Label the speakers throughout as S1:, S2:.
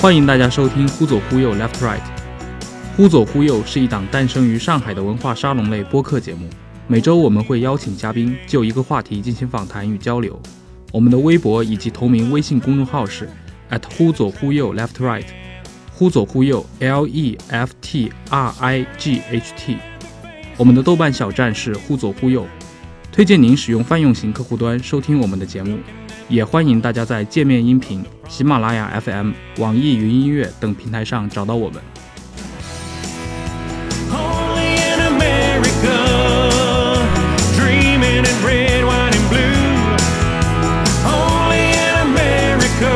S1: 欢迎大家收听《忽左忽右 Left Right》。《忽左忽右》是一档诞生于上海的文化沙龙类播客节目。每周我们会邀请嘉宾就一个话题进行访谈与交流。我们的微博以及同名微信公众号是 at 忽左忽右 left right，忽左忽右 L E F T R I G H T。我们的豆瓣小站是忽左忽右，推荐您使用泛用型客户端收听我们的节目，也欢迎大家在界面音频、喜马拉雅 FM、网易云音乐等平台上找到我们。
S2: Only in America, dreaming in red, white, and blue. Only in America,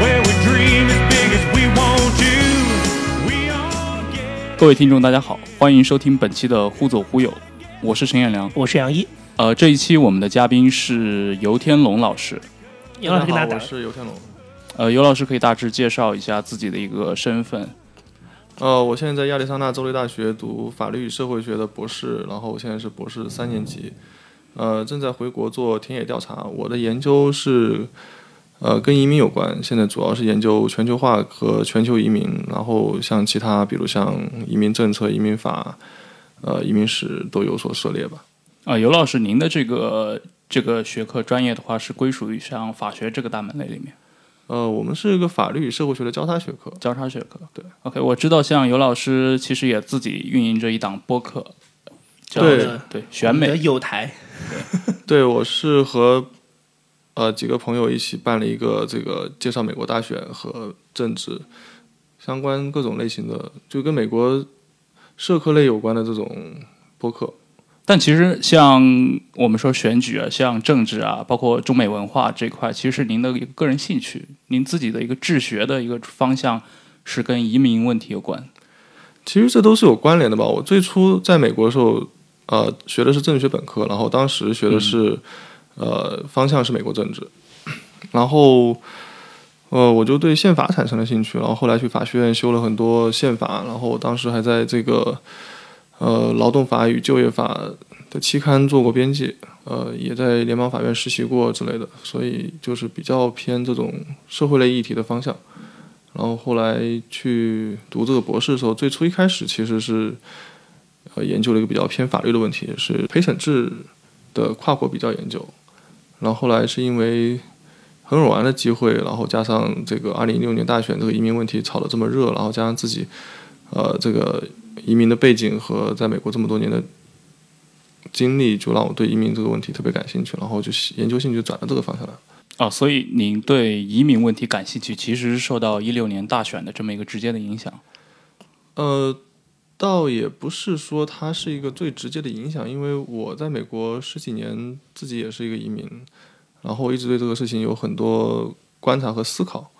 S2: where we dream as big as we want to. We all get
S1: 各位听众，大家好，欢迎收听本期的《忽左忽右》，我是陈彦良。
S3: 我是杨一，
S1: 呃，这一期我们的嘉宾是游天龙老师。
S3: 杨老师给大家打
S4: 嗯我是游天龙。
S1: 呃，游老师可以大致介绍一下自己的一个身份。
S4: 呃，我现在在亚利桑那州立大学读法律与社会学的博士，然后我现在是博士三年级，呃，正在回国做田野调查。我的研究是，呃，跟移民有关，现在主要是研究全球化和全球移民，然后像其他，比如像移民政策、移民法，呃，移民史都有所涉猎吧。
S1: 啊，尤老师，您的这个这个学科专业的话，是归属于像法学这个大门类里面
S4: 呃，我们是一个法律与社会学的交叉学科，
S1: 交叉学科。
S4: 对
S1: ，OK，我知道，像尤老师其实也自己运营着一档播客，叫
S4: 对
S1: 对，选美
S3: 我们的有台，
S4: 对，我是和呃几个朋友一起办了一个这个介绍美国大选和政治相关各种类型的，就跟美国社科类有关的这种播客。
S1: 但其实像我们说选举啊，像政治啊，包括中美文化这块，其实是您的一个个人兴趣，您自己的一个治学的一个方向是跟移民问题有关。
S4: 其实这都是有关联的吧。我最初在美国的时候，呃，学的是政治学本科，然后当时学的是、呃方向是美国政治，然后呃我就对宪法产生了兴趣，然后后来去法学院修了很多宪法，然后我当时还在这个呃劳动法与就业法的期刊做过编辑，呃也在联邦法院实习过之类的，所以就是比较偏这种社会类议题的方向。然后后来去读这个博士的时候，最初一开始其实是呃研究了一个比较偏法律的问题，是陪审制的跨国比较研究。然后后来是因为很偶然的机会，然后加上这个二零一六年大选这个移民问题炒得这么热，然后加上自己呃这个移民的背景和在美国这么多年的经历，就让我对移民这个问题特别感兴趣，然后就研究兴趣转到这个方向来。
S1: 啊，所以您对移民问题感兴趣，其实是受到一六年大选的这么一个直接的影响。
S4: 呃，倒也不是说它是一个最直接的影响，因为我在美国十几年，自己也是一个移民，然后我一直对这个事情有很多观察和思考。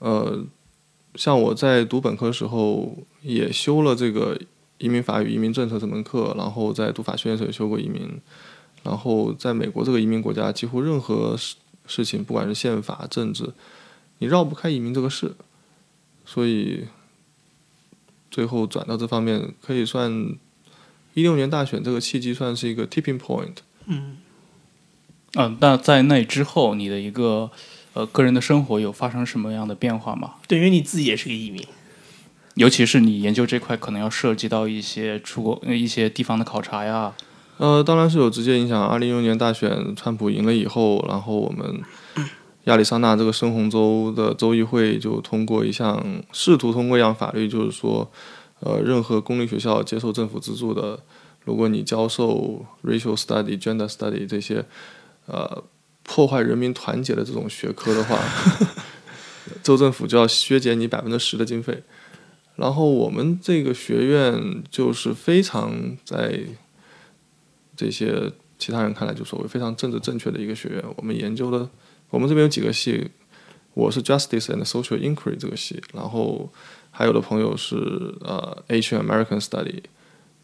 S4: 呃，像我在读本科的时候也修了这个移民法与移民政策这门课，然后在读法学院的时候也修过移民，然后在美国这个移民国家，几乎任何事事情，不管是宪法、政治，你绕不开移民这个事，所以最后转到这方面，可以算一六年大选这个契机算是一个 tipping point。
S3: 嗯，
S1: 嗯、那在那之后，你的一个呃个人的生活有发生什么样的变化吗？
S3: 对，因为你自己也是个移民，
S1: 尤其是你研究这块，可能要涉及到一些出国、呃一些地方的考察呀。
S4: 呃，当然是有直接影响。二零一六年大选，川普赢了以后，然后我们亚利桑那这个深红州的州议会就通过一项试图通过一项法律，就是说，呃，任何公立学校接受政府资助的，如果你教授 racial study、gender study 这些，呃，破坏人民团结的这种学科的话，州政府就要削减你百分之十的经费。然后我们这个学院就是非常在这些其他人看来就所谓非常政治正确的一个学院。我们研究的，我们这边有几个系，我是 Justice and Social Inquiry 这个系，然后还有的朋友是呃 Asian American Study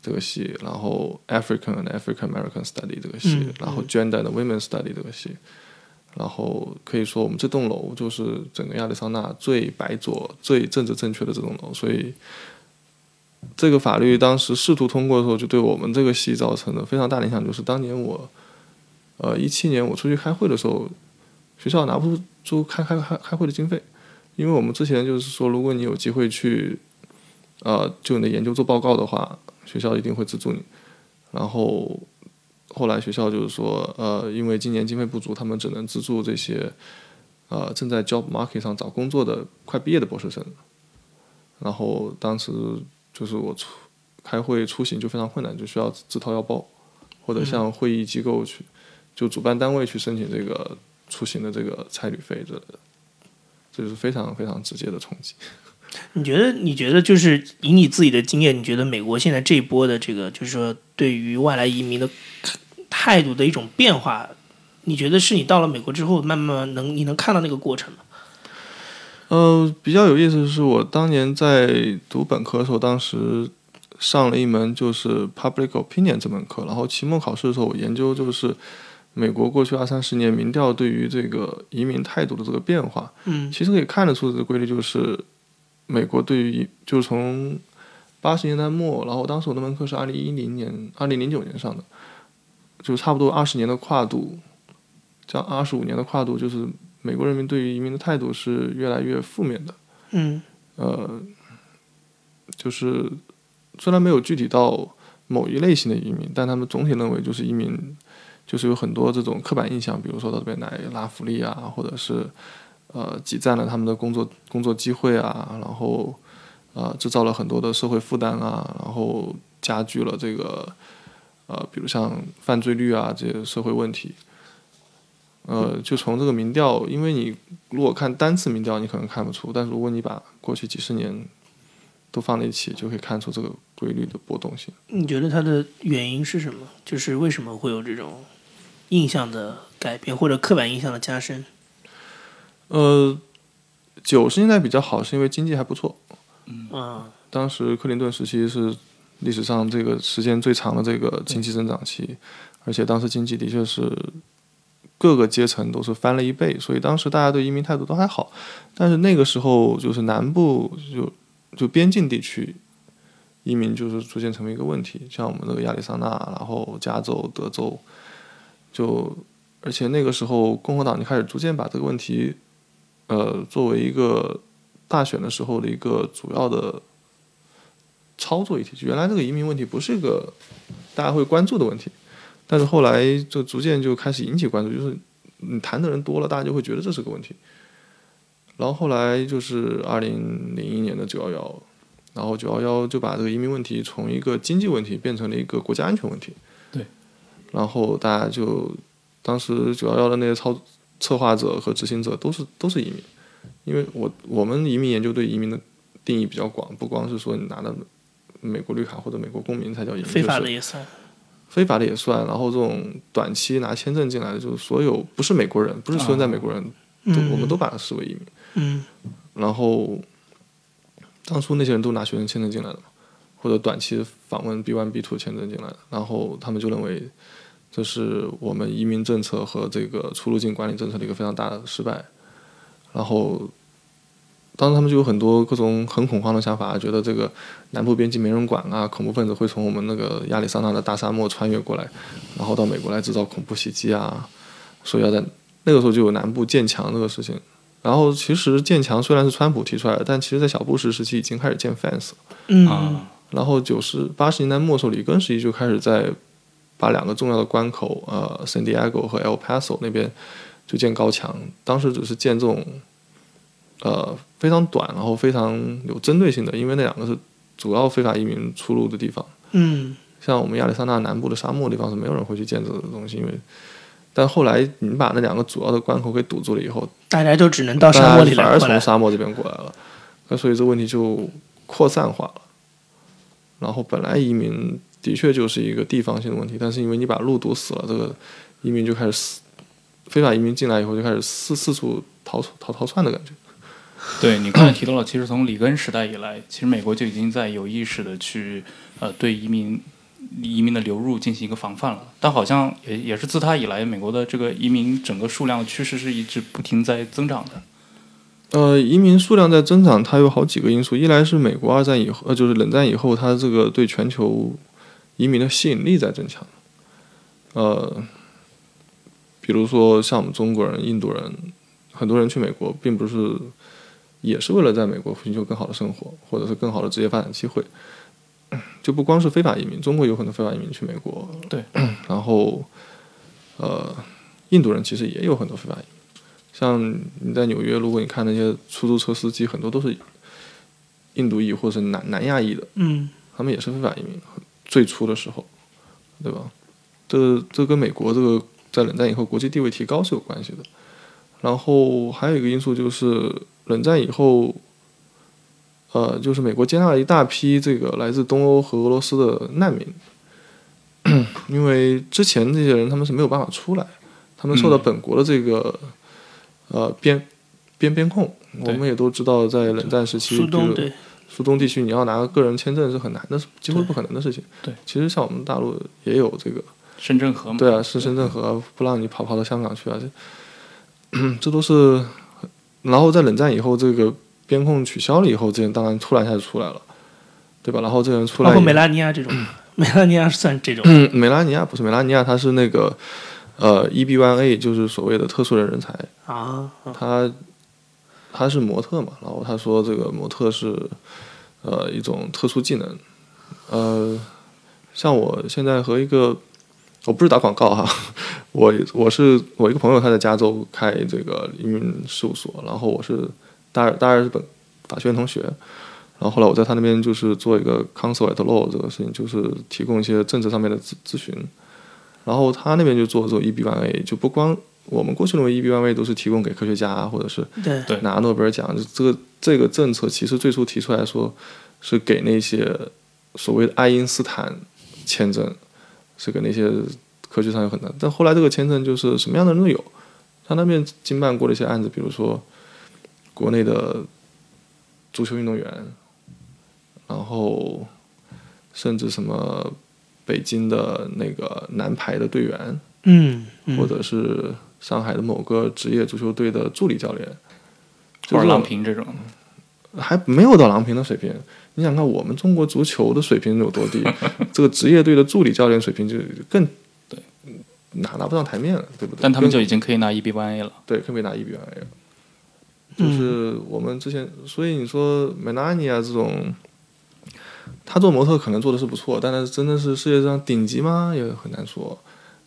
S4: 这个系，然后 African and African American Study 这个系，
S3: 嗯
S4: 然后 Gender and Women Study 这个系。然后可以说，我们这栋楼就是整个亚利桑那最白左、最政治正确的这栋楼，所以这个法律当时试图通过的时候，就对我们这个系造成了非常大的影响。就是当年我，呃，一七年我出去开会的时候，学校拿不出开开开开会的经费，因为我们之前就是说，如果你有机会去，呃，就你的研究做报告的话，学校一定会资助你。然后后来学校就是说，呃，因为今年经费不足，他们只能资助这些呃正在 job market 上找工作的快毕业的博士生。然后当时就是我出开会出行就非常困难，就需要自掏腰包，或者向会议机构去，就主办单位去申请这个出行的这个差旅费之类的，这就是非常非常直接的冲击。
S3: 你觉得？你觉得就是以你自己的经验，你觉得美国现在这一波的这个，就是说对于外来移民的态度的一种变化，你觉得是你到了美国之后，慢慢能你能看到那个过程吗？
S4: 呃，比较有意思的是，我当年在读本科的时候，当时上了一门就是 public opinion 这门课，然后期末考试的时候，我研究就是美国过去二三十年民调对于这个移民态度的这个变化。
S3: 嗯
S4: 其实可以看得出的规律就是，美国对于就是从八十年代末，然后当时我那门课是二零一零年、二零零九年上的，就差不多二十年的跨度，这样二十五年的跨度，就是美国人民对于移民的态度是越来越负面的。
S3: 嗯
S4: 呃，就是虽然没有具体到某一类型的移民，但他们总体认为就是移民就是有很多这种刻板印象，比如说到这边来拉福利啊，或者是呃挤占了他们的工作工作机会啊，然后呃制造了很多的社会负担啊，然后加剧了这个呃比如像犯罪率啊这些社会问题。呃，就从这个民调，因为你如果看单次民调，你可能看不出，但是如果你把过去几十年都放在一起，就可以看出这个规律的波动性。
S3: 你觉得它的原因是什么？就是为什么会有这种印象的改变，或者刻板印象的加深？
S4: 呃，九十年代比较好，是因为经济还不错，
S3: 啊，
S4: 当时克林顿时期是历史上这个时间最长的这个经济增长期，而且当时经济的确是各个阶层都是翻了一倍，所以当时大家对移民态度都还好。但是那个时候就是南部就就边境地区移民就是逐渐成为一个问题，像我们这个亚利桑那，然后加州、德州，就而且那个时候共和党就开始逐渐把这个问题，呃，作为一个大选的时候的一个主要的操作议题。原来这个移民问题不是一个大家会关注的问题，但是后来就逐渐就开始引起关注，就是你谈的人多了，大家就会觉得这是个问题。然后后来就是二零零一年的九幺幺，然后九幺幺就把这个移民问题从一个经济问题变成了一个国家安全问题。
S1: 对。
S4: 然后大家就当时九幺幺的那些操策划者和执行者都是都是移民，因为我我们移民研究对移民的定义比较广，不光是说你拿的美国绿卡或者美国公民才叫移民，
S3: 非法
S4: 嗯就
S3: 的
S4: 是
S3: 也算。
S4: 非法的也算。然后这种短期拿签证进来的，就是所有不是美国人，不是出生在美国人，都
S3: 嗯，
S4: 我们都把它视为移民。
S3: 嗯
S4: 然后当初那些人都拿学生签证进来的嘛，或者短期访问 B one B two 签证进来的，然后他们就认为这是我们移民政策和这个出入境管理政策的一个非常大的失败。然后当时他们就有很多各种很恐慌的想法，觉得这个南部边境没人管啊，恐怖分子会从我们那个亚利桑那的大沙漠穿越过来，然后到美国来制造恐怖袭击啊，所以要在那个时候就有南部建墙这个事情。然后其实建墙虽然是川普提出来的，但其实在小布什时期已经开始建 fence 了。
S3: 嗯
S1: 啊，
S4: 然后九十八十年代末的时候，里根时期就开始在把两个重要的关口，呃，San Diego 和 El Paso 那边就建高墙。当时只是建这种呃非常短，然后非常有针对性的，因为那两个是主要非法移民出入的地方。
S3: 嗯
S4: 像我们亚利桑那南部的沙漠地方是没有人会去建这种东西，因为但后来你把那两个主要的关口给堵住了以后，
S3: 大家就只能到
S4: 大
S3: 沙
S4: 家
S3: 漠里
S4: 反
S3: 来
S4: 而
S3: 过来
S4: 从。沙漠这边过来了，那所以这问题就扩散化了。然后本来移民的确就是一个地方性的问题，但是因为你把路堵死了，这个移民就开始四非法移民进来以后就开始四四处逃逃逃窜的感觉。
S1: 对你刚才提到了，其实从里根时代以来，其实美国就已经在有意识的去呃对移民移民的流入进行一个防范了。但好像也也是自他以来，美国的这个移民整个数量的趋势是一直不停在增长的。
S4: 呃，移民数量在增长，它有好几个因素，一来是美国二战以后，呃，就是冷战以后，它这个对全球移民的吸引力在增强。呃，比如说像我们中国人、印度人，很多人去美国，并不是也是为了在美国寻求更好的生活，或者是更好的职业发展机会。就不光是非法移民，中国有很多非法移民去美国，
S3: 对，
S4: 然后呃，印度人其实也有很多非法移民。像你在纽约，如果你看那些出租车司机，很多都是印度裔或是南南亚裔的，
S3: 嗯，
S4: 他们也是非法移民，最初的时候，对吧？这这跟美国这个在冷战以后国际地位提高是有关系的。然后还有一个因素就是冷战以后，呃，就是美国接纳了一大批这个来自东欧和俄罗斯的难民，因为之前这些人他们是没有办法出来，他们
S3: 嗯
S4: 受到本国的这个、呃边边边控。我
S1: 对
S4: 们也都知道，在冷战时期，
S3: 苏
S4: 比
S3: 东
S4: 如
S3: 对，
S4: 苏东地区你要拿个人签证是很难的，是几乎不可能的事情。
S1: 对，
S4: 其实像我们大陆也有这个，
S1: 深圳
S3: 嗯
S1: 河嘛，
S4: 对啊，是深圳河啊不让你跑跑到香港去啊，这这都是。然后在冷战以后，这个边控取消了以后，这人当然突然一下就出来了，对吧？然后这人出来
S3: 包
S4: 以
S3: 括
S4: 后，
S3: 梅拉尼亚这种， 梅拉尼亚算这种，
S4: 嗯 梅拉尼亚不是梅拉尼亚，他是那个呃 EB1A，就是所谓的特殊人人才，
S3: 啊，啊
S4: 他他是模特嘛，然后他说这个模特是呃一种特殊技能，呃，像我现在和一个我不是打广告哈， 我我是我一个朋友他在加州开这个移民事务所，然后我是大二大二是本法学院同学。然后后来我在他那边就是做一个 counsel at law 这个事情，就是提供一些政策上面的咨咨询。然后他那边就做这种 EB one A，就不光我们过去认为 EB one A 都是提供给科学家啊或者是
S3: 对
S1: 对
S4: 拿诺贝尔奖，就这个这个政策其实最初提出来说是给那些所谓的爱因斯坦签证，是给那些科学上有很难。但后来这个签证就是什么样的人都有，他那边经办过的一些案子，比如说国内的足球运动员，然后甚至什么北京的那个男排的队员，
S3: 嗯，嗯
S4: 或者是上海的某个职业足球队的助理教练，就
S1: 或者郎
S4: 这种
S1: 平这种，
S4: 还没有到郎平的水平。你想看我们中国足球的水平有多低，这个职业队的助理教练水平就更
S1: 对
S4: 拿拿不上台面了，对不对？
S1: 但他们就
S4: 跟
S1: 已经可以拿 EB one A 了。
S4: 对，更别拿一比二 A 了。就是我们之前，所以你说梅拉尼啊这种，他做模特可能做的是不错，但是真的是世界上顶级吗？也很难说。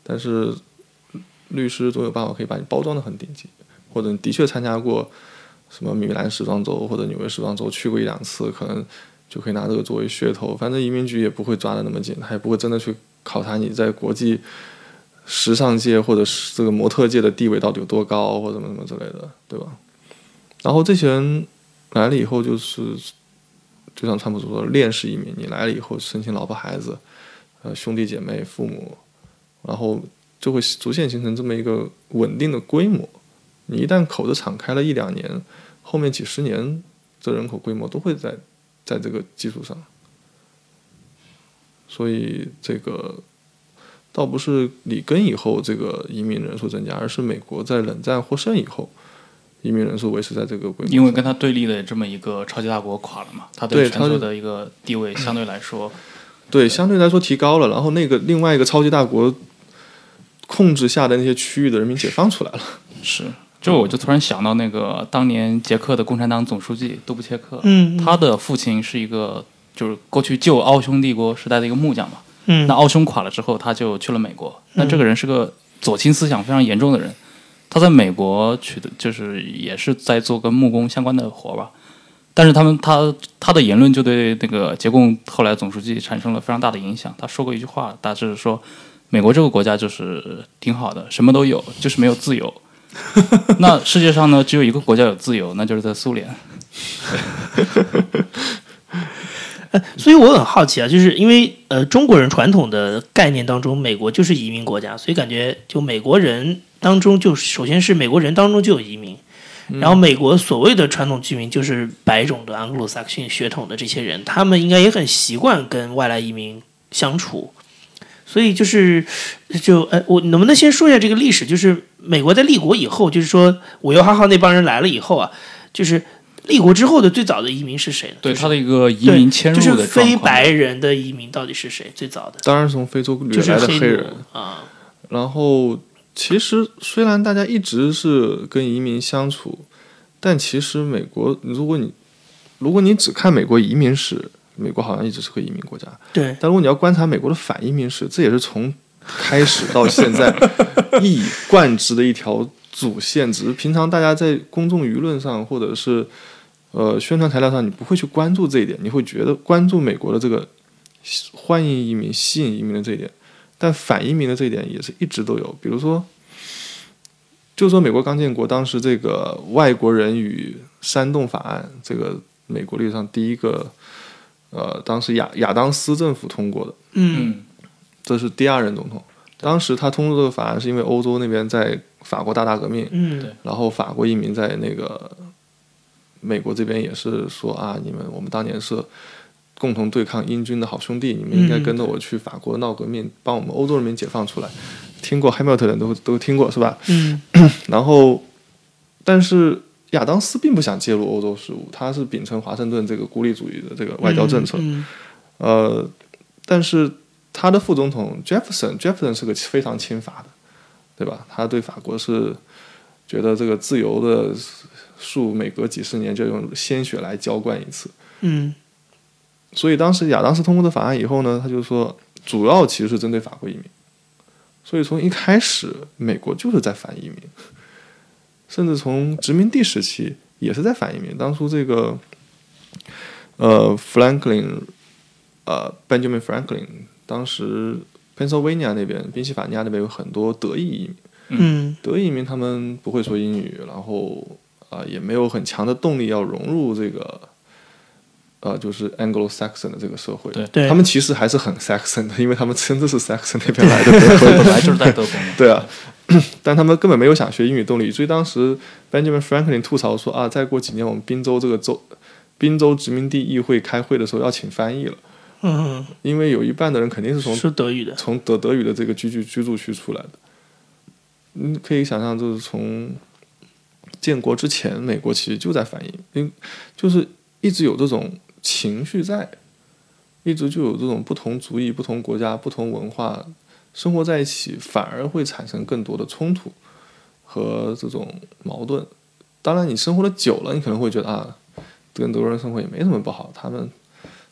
S4: 但是律师总有办法可以把你包装的很顶级，或者你的确参加过什么米兰时装周或者纽约时装周，去过一两次，可能就可以拿这个作为噱头。反正移民局也不会抓的那么紧，他也不会真的去考察你在国际时尚界或者是这个模特界的地位到底有多高，或者怎么怎么之类的，对吧？然后这些人来了以后，就是就像川普所说的，链式移民，你来了以后申请老婆孩子，呃，兄弟姐妹、父母，然后就会逐渐形成这么一个稳定的规模。你一旦口子敞开了一两年，后面几十年这人口规模都会在在这个基础上。所以这个倒不是里根以后这个移民人数增加，而是美国在冷战获胜以后，移民人数维持在这个规模上。
S1: 因为跟他对立的这么一个超级大国垮了嘛，他对
S4: 对
S1: 全
S4: 他
S1: 球
S4: 是
S1: 的一个地位相对来说，
S4: 对，相对来说提高了。然后那个另外一个超级大国控制下的那些区域的人民解放出来了。
S1: 是，就我就突然想到那个当年捷克的共产党总书记杜布切克，
S3: 嗯，嗯
S1: 他的父亲是一个就是过去旧奥匈帝国时代的一个木匠嘛。
S3: 嗯
S1: 那奥匈垮了之后，他就去了美国。那这个人是个左倾思想非常严重的人，他在美国取的就是也是在做跟木工相关的活吧。但是他们他他的言论就对那个捷共后来总书记产生了非常大的影响。他说过一句话，大致说美国这个国家就是挺好的，什么都有，就是没有自 由。那世界上呢，只有一个国家有自由，那就是在苏联。
S3: 所以我很好奇啊，就是因为呃，中国人传统的概念当中，美国就是移民国家，所以感觉就美国人当中就首先是美国人当中就有移民，然后美国所谓的传统居民就是白种的盎格鲁撒克逊血统的这些人，他们应该也很习惯跟外来移民相处。所以就是，就呃，我能不能先说一下这个历史？就是美国在立国以后，就是说五月八号那帮人来了以后啊，就是立国之后的最早的移民是谁呢？
S1: 对
S3: 就是
S1: 他的一个移民迁入
S3: 就
S1: 的状
S3: 是
S1: 况，
S3: 非白人的移民到底是谁最早的？
S4: 当然是从非洲掠
S3: 就是
S4: 来的
S3: 黑
S4: 黑
S3: 奴
S4: 人。
S3: 啊，
S4: 然后其实虽然大家一直是跟移民相处，但其实美国，如果你如果你只看美国移民史，美国好像一直是个移民国家。
S3: 对，
S4: 但如果你要观察美国的反移民史，这也是从开始到现在一以贯之的一条主线。只是平常大家在公众舆论上，或者是呃宣传材料上，你不会去关注这一点，你会觉得关注美国的这个欢迎移民、吸引移民的这一点，但反移民的这一点也是一直都有。比如说，就说美国刚建国，当时这个外国人与煽动法案，这个美国历史上第一个。呃，当时亚亚当斯政府通过的，
S3: 嗯，
S4: 这是第二任总统。当时他通过这个法案，是因为欧洲那边在法国大大革命，
S3: 嗯，
S4: 然后法国移民在那个美国这边也是说啊，你们我们当年是共同对抗英军的好兄弟，你们应该跟着我去法国闹革命，帮我们欧洲人民解放出来。听过 Hamilton 的人都都听过是吧？
S3: 嗯，
S4: 然后，但是亚当斯并不想介入欧洲事务，他是秉承华盛顿这个孤立主义的这个外交政策。
S3: 嗯，
S4: 呃，但是他的副总统 Jefferson，Jefferson 是个非常亲法的，对吧？他对法国是觉得这个自由的树，每隔几十年就用鲜血来浇灌一次。
S3: 嗯，
S4: 所以当时亚当斯通过的法案以后呢，他就说，主要其实是针对法国移民。所以从一开始，美国就是在反移民，甚至从殖民地时期也是在反移民。当初这个，呃，Franklin，呃，Benjamin Franklin，当时 Pennsylvania 那边，宾夕法尼亚那边有很多德裔移民，
S3: 嗯，
S4: 德裔移民他们不会说英语，然后啊、呃也没有很强的动力要融入这个呃就是 Anglo-Saxon 的这个社会。
S1: 对
S3: 对
S4: 他们其实还是很 Saxon 的，因为他们真的是 Saxon 那边来的 德国
S1: 本
S4: 人。
S1: 来就是 在德国嘛。
S4: 对啊， 但他们根本没有想学英语动力，所以当时 Benjamin Franklin 吐槽说啊，再过几年我们宾州这个州，宾州殖民地议会开会的时候要请翻译了，
S3: 嗯，
S4: 因为有一半的人肯定是从
S3: 说德语的，
S4: 从德德语的这个居住居住区出来的。你可以想象，就是从建国之前，美国其实就在反映，因就是一直有这种情绪在，一直就有这种不同族裔、不同国家、不同文化生活在一起，反而会产生更多的冲突和这种矛盾。当然，你生活的久了，你可能会觉得啊，跟德国人生活也没什么不好，他们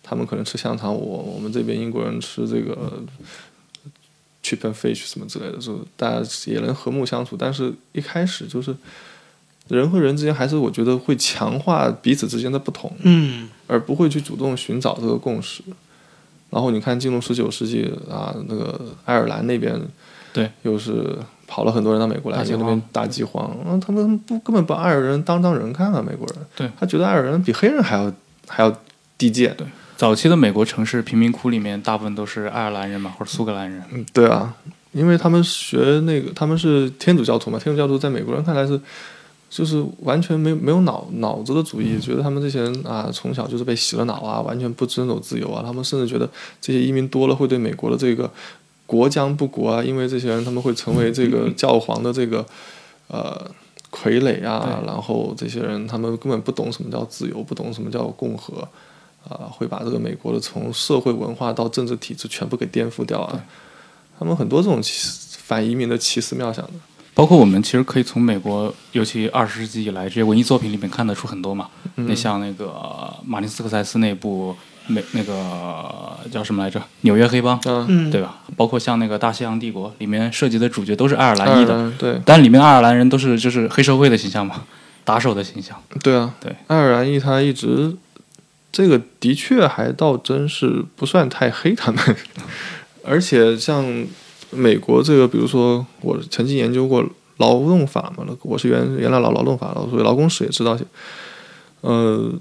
S4: 他们可能吃香肠，我我们这边英国人吃这个 chicken fish 什么之类的，就是大家也能和睦相处。但是一开始就是人和人之间，还是我觉得会强化彼此之间的不同，
S3: 嗯，
S4: 而不会去主动寻找这个共识。然后你看，进入十九世纪啊，那个爱尔兰那边，
S1: 对，
S4: 又是跑了很多人到美国来，
S1: 大饥
S4: 因为
S1: 荒
S4: 那边大饥荒，嗯，他们不根本把爱尔兰当当人看啊，美国人，
S1: 对
S4: 他觉得爱尔兰比黑人还要还要低贱，
S1: 早期的美国城市贫民窟里面，大部分都是爱尔兰人嘛，或者苏格兰人。
S4: 嗯，对啊，因为他们学那个，他们是天主教徒嘛，天主教徒在美国人看来是，就是完全没没有脑脑子的主义，觉得他们这些人啊，从小就是被洗了脑啊，完全不遵守自由啊，他们甚至觉得这些移民多了会对美国的这个国将不国啊，因为这些人他们会成为这个教皇的这个呃傀儡啊，然后这些人他们根本不懂什么叫自由，不懂什么叫共和。啊、会把这个美国的从社会文化到政治体制全部给颠覆掉啊！他们很多这种奇反移民的奇思妙想的，
S1: 包括我们其实可以从美国，尤其二十世纪以来这些文艺作品里面看得出很多嘛。那像那个呃马丁斯科塞斯那部美那个呃叫什么来着，《纽约黑帮》
S4: 嗯
S3: 嗯
S1: 对吧？包括像那个《大西洋帝国》里面涉及的主角都是爱尔
S4: 爱
S1: 兰
S4: 尔
S1: 裔的，
S4: 兰对
S1: 但里面爱尔兰人都是就是黑社会的形象嘛，打手的形象。
S4: 对啊，
S1: 对，
S4: 爱尔兰裔他一直这个的确还倒真是不算太黑他们， 而且像美国这个，比如说我曾经研究过劳动法嘛，我是原原来劳劳动法，然后所以劳工史也知道些，呃，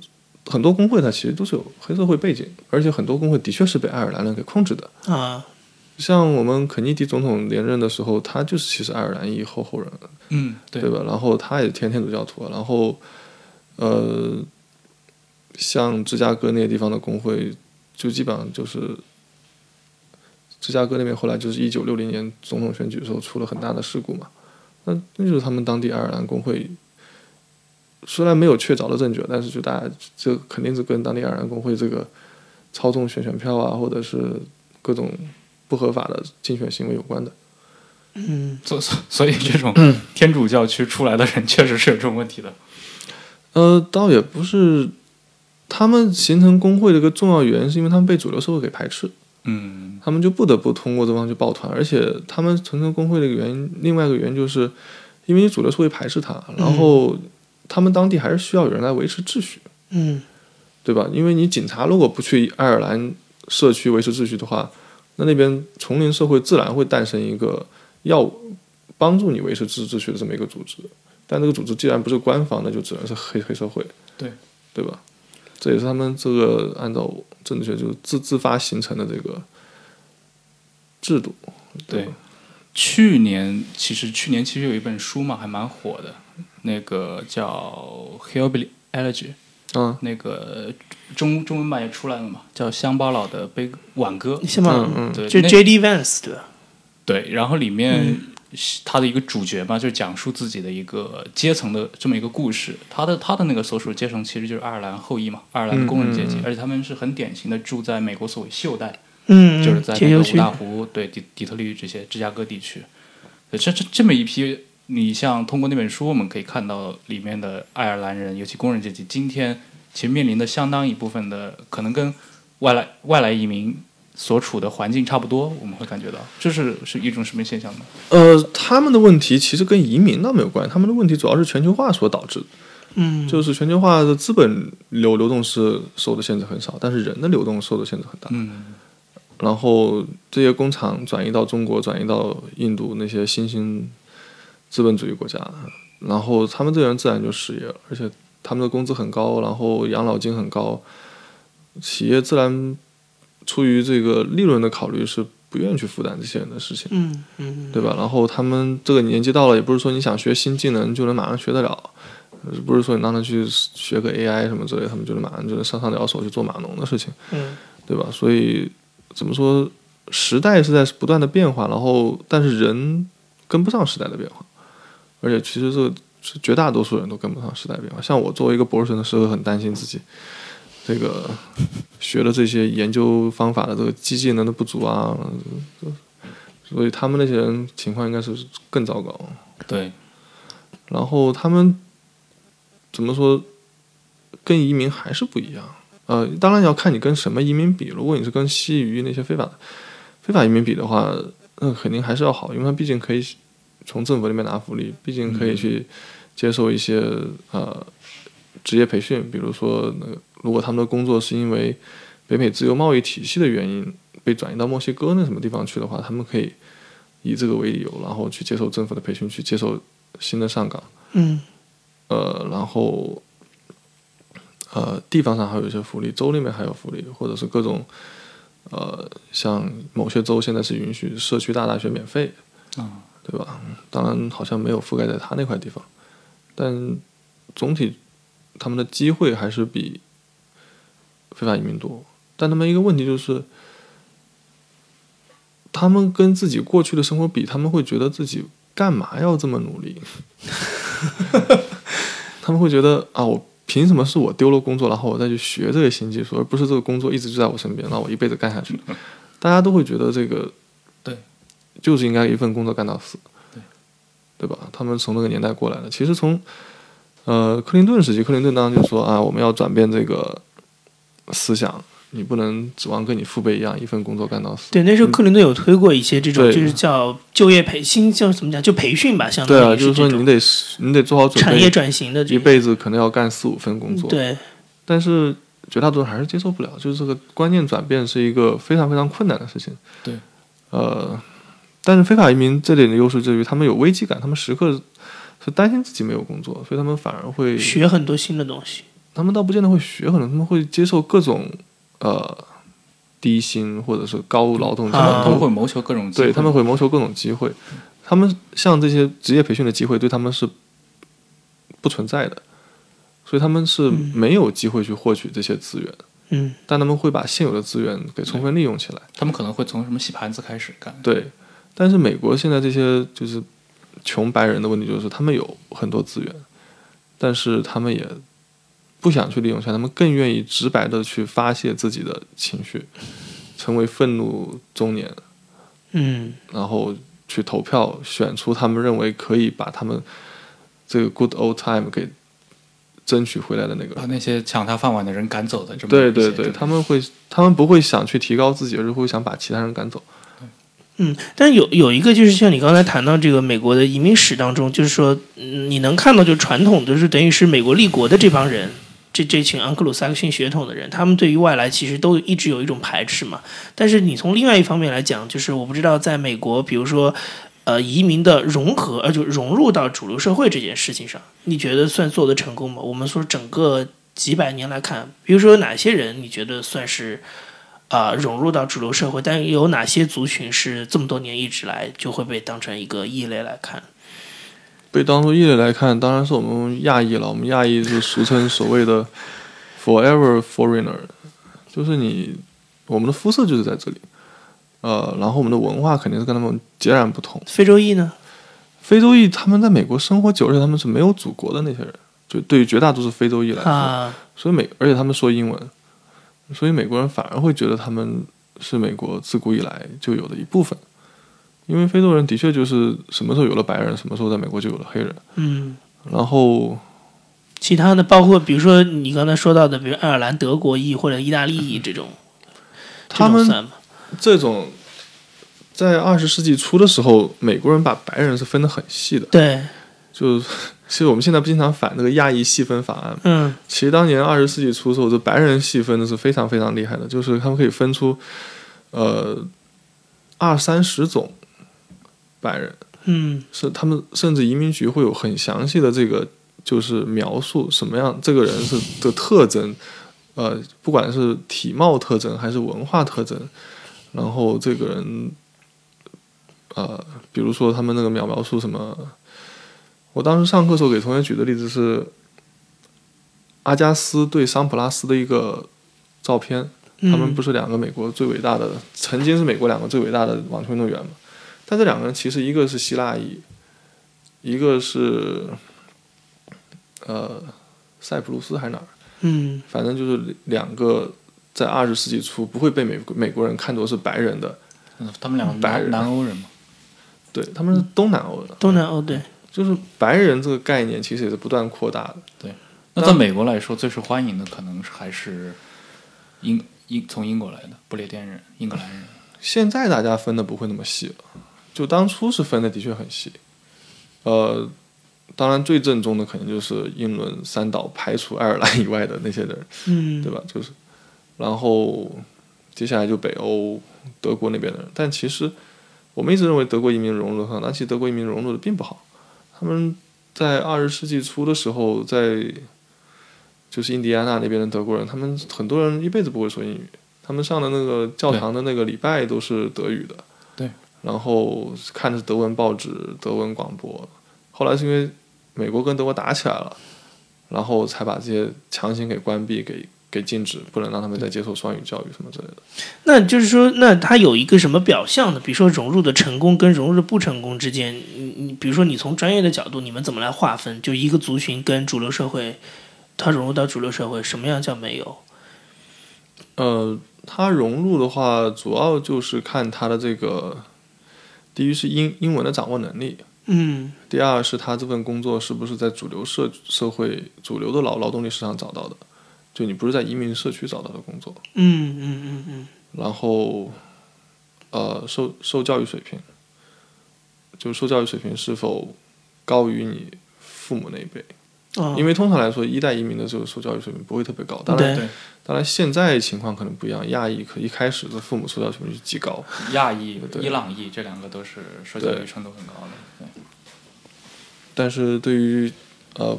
S4: 很多工会它其实都是有黑社会背景，而且很多工会的确是被爱尔兰人给控制的。
S3: 啊，
S4: 像我们肯尼迪总统连任的时候，他就是其实爱尔兰裔后后人，
S1: 嗯，对
S4: 对吧？然后他也天天主教徒，然后呃，像芝加哥那些地方的工会，就基本上就是芝加哥那边后来就是一九六零年总统选举的时候出了很大的事故嘛，那那就是他们当地爱尔兰工会。虽然没有确凿的证据，但是就大家这肯定是跟当地爱尔兰工会这个操纵选选票啊，或者是各种不合法的竞选行为有关的。
S3: 嗯，
S1: 所所所以这种天主教区出来的人确实是有这种问题的。
S4: 呃，倒也不是，他们形成工会的一个重要原因，是因为他们被主流社会给排斥，
S5: 嗯
S4: 他们就不得不通过这方去抱团，而且他们形成工会的一个原因，另外一个原因就是因为主流社会排斥他，然后他们当地还是需要有人来维持秩序，
S3: 嗯
S4: 对吧？因为你警察如果不去爱尔兰社区维持秩序的话，那那边丛林社会自然会诞生一个要帮助你维持秩秩序的这么一个组织。但这个组织既然不是官方的，就只能是黑黑社会，
S5: 对
S4: 对吧？这也是他们这个按照政治学就是自自发形成的这个制度。
S5: 对
S4: 吧，
S5: 去年其实去年其实有一本书嘛，还蛮火的，那个叫《Hillbilly Elegy》，
S4: 啊，
S5: 那个中中文版也出来了嘛，叫《乡巴佬的悲挽歌》。
S3: 先把
S4: 嗯嗯，
S5: 对，
S3: 就
S5: 那
S3: J.D. Vance 对吧？
S5: 对，然后里面他的一个主角嘛，就是讲述自己的一个阶层的这么一个故事。他的他的那个所属阶层其实就是爱尔兰后裔嘛，爱尔兰的工人阶级，
S4: 嗯嗯嗯
S5: 而且他们是很典型的住在美国所谓袖带，
S3: 嗯，
S5: 就是在
S3: 铁
S5: 那个
S3: 锈
S5: 五
S3: 区
S5: 大湖、对底底特律这些芝加哥地区，对这这这么一批，你像通过那本书，我们可以看到里面的爱尔兰人，尤其工人阶级，今天其实面临的相当一部分的可能跟外来外来移民所处的环境差不多，我们会感觉到这是是一种什么现象呢？
S4: 呃，他们的问题其实跟移民倒没有关系，他们的问题主要是全球化所导致的。
S3: 嗯，
S4: 就是全球化的资本流流动是受的限制很少，但是人的流动受的限制很大。
S5: 嗯，
S4: 然后这些工厂转移到中国、转移到印度那些新兴资本主义国家，然后他们这些人自然就失业了，而且他们的工资很高，然后养老金很高，企业自然出于这个利润的考虑是不愿意去负担这些人的事情。
S3: 嗯嗯
S4: 对吧？然后他们这个年纪到了，也不是说你想学新技能就能马上学得了，呃不是说你让他去学个 AI 什么之类，他们就能马上就能上上了手去做码农的事情，
S3: 嗯
S4: 对吧？所以怎么说，时代是在不断的变化，然后但是人跟不上时代的变化，而且其实这是绝大多数人都跟不上时代变化。像我作为一个博士生的时候，很担心自己这个 学了这些研究方法的这个技技能的不足啊，所以他们那些人情况应该是更糟糕。
S5: 对，
S4: 然后他们怎么说，跟移民还是不一样。呃，当然要看你跟什么移民比。如果你是跟西语那些非法非法移民比的话，那肯定还是要好，因为他毕竟可以从政府那边拿福利，毕竟可以去接受一些、呃职业培训。比如说，那个如果他们的工作是因为北美自由贸易体系的原因被转移到墨西哥那什么地方去的话，他们可以以这个为理由，然后去接受政府的培训，去接受新的上岗。
S3: 嗯
S4: 呃，然后呃，地方上还有一些福利，州里面还有福利，或者是各种呃，像某些州现在是允许社区大大学免费，
S5: 啊、
S4: 对吧？当然好像没有覆盖在他那块地方，但总体他们的机会还是比非法移民多。但他们一个问题就是，他们跟自己过去的生活比，他们会觉得自己干嘛要这么努力？他们会觉得啊，我凭什么是我丢了工作，然后我再去学这个新技术，而不是这个工作一直就在我身边，让我一辈子干下去？大家都会觉得这个
S5: 对，
S4: 就是应该一份工作干到死，
S5: 对，
S4: 对吧？他们从那个年代过来的。其实从呃克林顿时期，克林顿当时就说啊，我们要转变这个思想，你不能指望跟你父辈一样一份工作干到死。
S3: 对，那时候克林顿有推过一些这种，
S4: 嗯对
S3: 就是叫就业培新叫怎么讲，就培训吧，相
S4: 对啊，
S3: 当于
S4: 就是说
S3: 这种
S4: 你得你得做好准备，
S3: 产业转型的这
S4: 一
S3: 个
S4: 辈子可能要干四五份工作。
S3: 对，
S4: 但是绝大多数还是接受不了，就是这个观念转变是一个非常非常困难的事情。
S5: 对，
S4: 呃，但是非法移民这里的优势在于他们有危机感，他们时刻是担心自己没有工作，所以他们反而会，
S3: 学很多新的东西。
S4: 他们倒不见得会学，可能他们会接受各种呃低薪或者是高劳动强
S3: 啊
S4: 度，
S5: 他们会谋求各种机会嗯
S4: 对他们会谋求各种机会，他们像这些职业培训的机会对他们是不存在的，所以他们是
S3: 嗯
S4: 没有机会去获取这些资源。
S3: 嗯
S4: 但他们会把现有的资源给充分利用起来。
S5: 他们可能会从什么洗盘子开始干，
S4: 对，但是美国现在这些就是穷白人的问题，就是他们有很多资源，但是他们也不想去利用起来，他们更愿意直白的去发泄自己的情绪，成为愤怒中年，
S3: 嗯
S4: 然后去投票选出他们认为可以把他们这个 good old time 给争取回来的那个
S5: 把那些抢他饭碗的人赶走的这么
S4: 对
S5: 一些
S4: 对对，
S5: 真的
S4: 他们会，他们不会想去提高自己，而是会想把其他人赶走。
S3: 嗯，但有有一个就是像你刚才谈到这个美国的移民史当中，就是说，嗯，你能看到就传统就是等于是美国立国的这帮人，这这群昂克鲁萨克逊血统的人，他们对于外来其实都一直有一种排斥嘛。但是你从另外一方面来讲，就是我不知道在美国，比如说，呃，移民的融合，呃，就融入到主流社会这件事情上，你觉得算做得成功吗？我们说整个几百年来看，比如说有哪些人你觉得算是啊、融入到主流社会，但有哪些族群是这么多年一直来就会被当成一个异类来看？
S4: 被当做异类来看，当然是我们亚裔了。我们亚裔是俗称所谓的 “forever foreigner”，就是你我们的肤色就是在这里，呃，然后我们的文化肯定是跟他们截然不同。
S3: 非洲裔呢？
S4: 非洲裔他们在美国生活久了，他们是没有祖国的那些人，就对于绝大多数非洲裔来说，
S3: 啊，
S4: 所以美而且他们说英文，所以美国人反而会觉得他们是美国自古以来就有的一部分，因为非洲人的确就是什么时候有了白人，什么时候在美国就有了黑人，
S3: 嗯，
S4: 然后
S3: 其他的包括比如说你刚才说到的，比如爱尔兰、德国裔或者意大利裔这种，这
S4: 嗯他
S3: 种
S4: 们
S3: 算吗？
S4: 这种在二十世纪初的时候，美国人把白人是分得很细的，
S3: 对，
S4: 就 其实我们现在不经常反那个亚裔细分法案吗
S3: 嗯，
S4: 其实当年二十世纪初的时候，这白人细分的是非常非常厉害的，就是他们可以分出，呃，二三十种白人，
S3: 嗯，
S4: 是他们甚至移民局会有很详细的这个就是描述什么样这个人是的特征，呃，不管是体貌特征还是文化特征，然后这个人，呃，比如说他们那个描描述什么，我当时上课的时候给同学举的例子是阿加斯对桑普拉斯的一个照片，
S3: 嗯
S4: 他们不是两个美国最伟大的，曾经是美国两个最伟大的网球运动员嘛？但这两个人其实一个是希腊裔，一个是呃塞浦路斯还是哪儿，
S3: 嗯
S4: 反正就是两个在二十世纪初不会被美国美国人看作是白人的，
S5: 嗯他们两个
S4: 白
S5: 南
S4: 人
S5: 南欧人嘛，
S4: 对他们是东南欧人，
S3: 东南欧对，
S4: 就是白人这个概念其实也是不断扩大的。
S5: 那在美国来说，最受欢迎的可能是还是英英从英国来的不列颠人、英格兰人。
S4: 现在大家分的不会那么细了，就当初是分的的确很细。呃，当然最正宗的肯定就是英伦三岛排除爱尔兰以外的那些人，
S3: 嗯，
S4: 对吧？就是，然后接下来就北欧、德国那边的人。但其实我们一直认为德国移民融入的很好，但其实德国移民融入的并不好。他们在二十世纪初的时候，在就是印第安纳那边的德国人，他们很多人一辈子不会说英语，他们上的那个教堂的那个礼拜都是德语的。
S5: 对。
S4: 然后看着德文报纸、德文广播，后来是因为美国跟德国打起来了，然后才把这些强行给关闭、给给禁止，不能让他们再接受双语教育什么之类的。
S3: 那就是说，那它有一个什么表象呢？比如说融入的成功跟融入的不成功之间，你你比如说你从专业的角度，你们怎么来划分？就一个族群跟主流社会，它融入到主流社会，什么样叫没有？
S4: 呃，它融入的话，主要就是看它的这个，第一是英英文的掌握能力，
S3: 嗯
S4: 第二是他这份工作是不是在主流社社会主流的劳劳动力市场找到的，就你不是在移民社区找到的工作，
S3: 嗯嗯嗯嗯，
S4: 然后，呃，受受教育水平，就受教育水平是否高于你父母那一辈，
S3: 哦，
S4: 因为通常来说，一代移民的时候受教育水平不会特别高，当然
S3: 对
S5: 对
S4: 当然，现在情况可能不一样。亚裔可一开始的父母受教育水平就极高，
S5: 亚 裔、
S4: 对
S5: 伊朗裔这两个都是受教育程度很高的。对
S4: 但是对于呃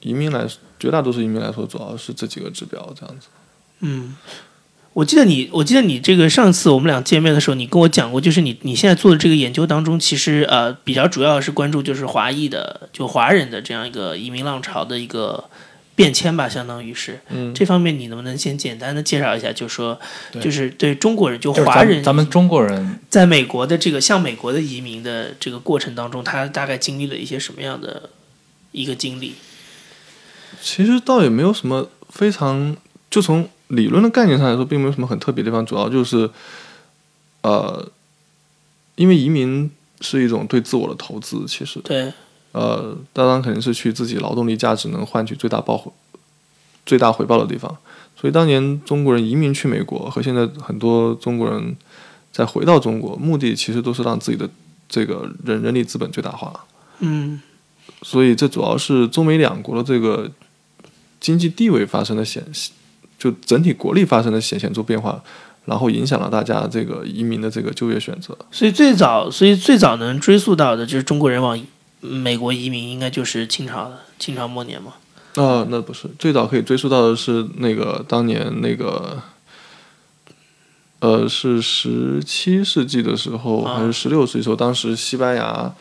S4: 移民来说，绝大多数移民来说，主要是这几个指标这样子。
S3: 嗯，我记得你，我记得你这个上次我们俩见面的时候，你跟我讲过，就是你你现在做的这个研究当中，其实呃比较主要是关注就是华裔的，就华人的这样一个移民浪潮的一个变迁吧，相当于是。
S4: 嗯，
S3: 这方面你能不能先简单的介绍一下？就说，
S5: 对
S3: 就是对中国人，就
S5: 就是
S3: 华
S5: 咱们
S3: 人
S5: 咱们中国人
S3: 在美国的这个向美国的移民的这个过程当中，他大概经历了一些什么样的一个经历？
S4: 其实倒也没有什么非常，就从理论的概念上来说，并没有什么很特别的地方。主要就是，呃，因为移民是一种对自我的投资，其实
S3: 对，
S4: 呃，当然肯定是去自己劳动力价值能换取最大报回最大回报的地方。所以当年中国人移民去美国和现在很多中国人再回到中国，目的其实都是让自己的这个人人力资本最大化。
S3: 嗯
S4: 所以这主要是中美两国的这个经济地位发生的显，就整体国力发生的显显著变化，然后影响了大家这个移民的这个就业选择。
S3: 所以最早，所以最早能追溯到的就是中国人往美国移民，应该就是清朝的清朝末年嘛。
S4: 啊，那不是最早可以追溯到的是那个当年那个，呃，是十七世纪的时候、
S3: 啊
S4: 还是十六世纪的时候，当时西班牙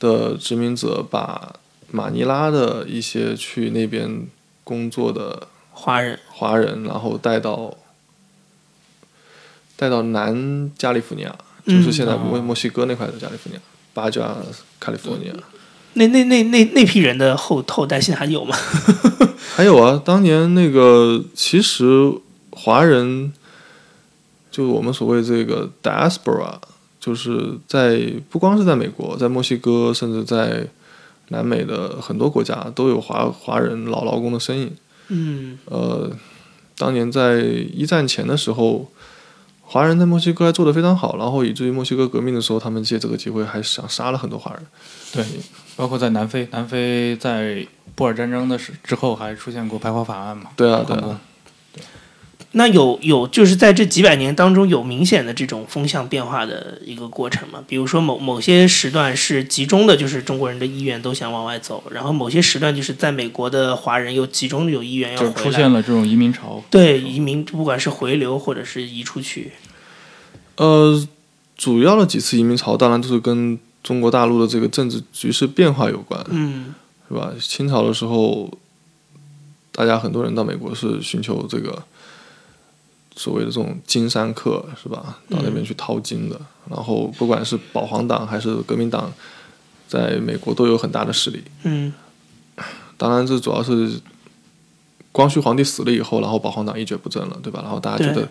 S4: 的殖民者把马尼拉的一些去那边工作的
S3: 华人
S4: 华人，然后带到带到南加利福尼亚，就
S3: 嗯
S4: 是现在墨墨西哥那块的加利福尼亚，巴加加利福尼亚。
S3: 那那那那那批人的后后代现在还有吗？
S4: 还有啊，当年那个其实华人，就我们所谓这个 diaspora，就是在不光是在美国，在墨西哥，甚至在南美的很多国家都有华华人老劳工的身影。
S3: 嗯
S4: 呃，当年在一战前的时候，华人在墨西哥还做得非常好，然后以至于墨西哥革命的时候，他们借这个机会还想杀了很多华人。
S5: 对，包括在南非，南非在布尔战争的时之后还出现过排华法案嘛？
S4: 对啊，对啊
S5: 嗯，
S3: 那有有就是在这几百年当中有明显的这种风向变化的一个过程吗？比如说某某些时段是集中的，就是中国人的意愿都想往外走，然后某些时段就是在美国的华人又集中有意愿要
S5: 就是
S3: 回
S5: 出
S3: 来
S5: 现，了这种移民潮。
S3: 对移民不管是回流或者是移出去，
S4: 呃，主要的几次移民潮，当然都是跟中国大陆的这个政治局势变化有关，
S3: 嗯
S4: 是吧？清朝的时候，大家很多人到美国是寻求这个所谓的这种金山客，是吧？到那边去淘金的，然后不管是保皇党还是革命党，在美国都有很大的势力。
S3: 嗯
S4: 当然，这主要是光绪皇帝死了以后，然后保皇党一蹶不振了，对吧？然后大家觉
S3: 对
S4: 得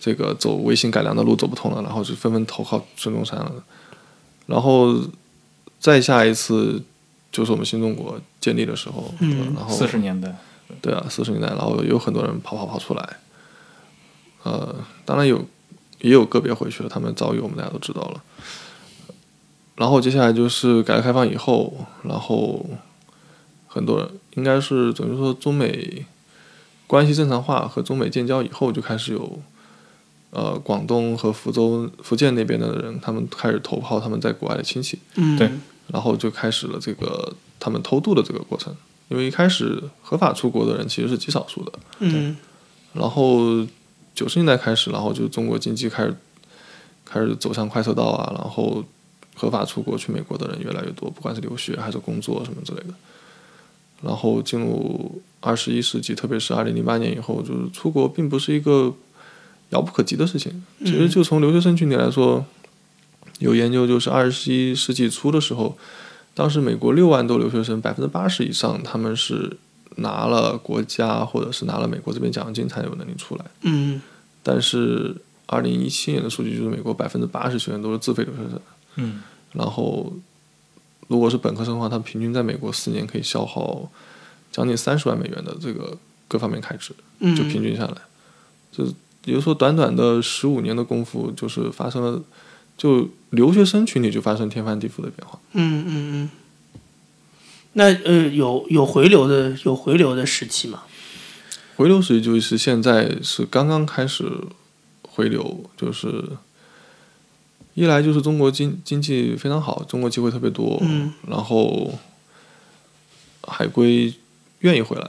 S4: 这个走维新改良的路走不通了，然后就纷纷投靠孙中山了。然后再下一次就是我们新中国建立的时候，
S3: 嗯
S4: 对吧然后
S5: 四十年代，
S4: 对啊，四十年代，然后有很多人跑跑跑出来，呃，当然有也有个别回去了，他们遭遇我们大家都知道了。然后接下来就是改革开放以后，然后很多人应该是等于说中美关系正常化和中美建交以后，就开始有呃广东和福州、福建那边的人，他们开始投靠他们在国外的亲戚。
S3: 嗯，
S5: 对
S4: 然后就开始了这个他们偷渡的这个过程。因为一开始合法出国的人其实是极少数的，
S3: 嗯
S4: 然后九十年代开始，然后就中国经济开始开始走向快车道啊，然后合法出国去美国的人越来越多，不管是留学还是工作什么之类的。然后进入二十一世纪，特别是二零零八年以后，就是出国并不是一个遥不可及的事情。其实就从留学生群体来说，有研究就是二十一世纪初的时候，当时美国六万多留学生，百分之八十以上他们是拿了国家或者是拿了美国这边奖学金才有能力出来。
S3: 嗯
S4: 但是二零一七年的数据就是美国百分之八十学生都是自费留学生，
S5: 嗯，
S4: 然后如果是本科生的话，他们平均在美国四年可以消耗将近三十万美元的这个各方面开支，
S3: 嗯，
S4: 就平均下来，就也就是说短短的十五年的功夫，就是发生了就留学生群体就发生天翻地覆的变化。
S3: 嗯嗯嗯。那呃，有有回流的有回流的时期嘛？
S4: 回流时期就是现在是刚刚开始回流，就是一来就是中国经经济非常好，中国机会特别多，
S3: 嗯
S4: 然后海归愿意回来，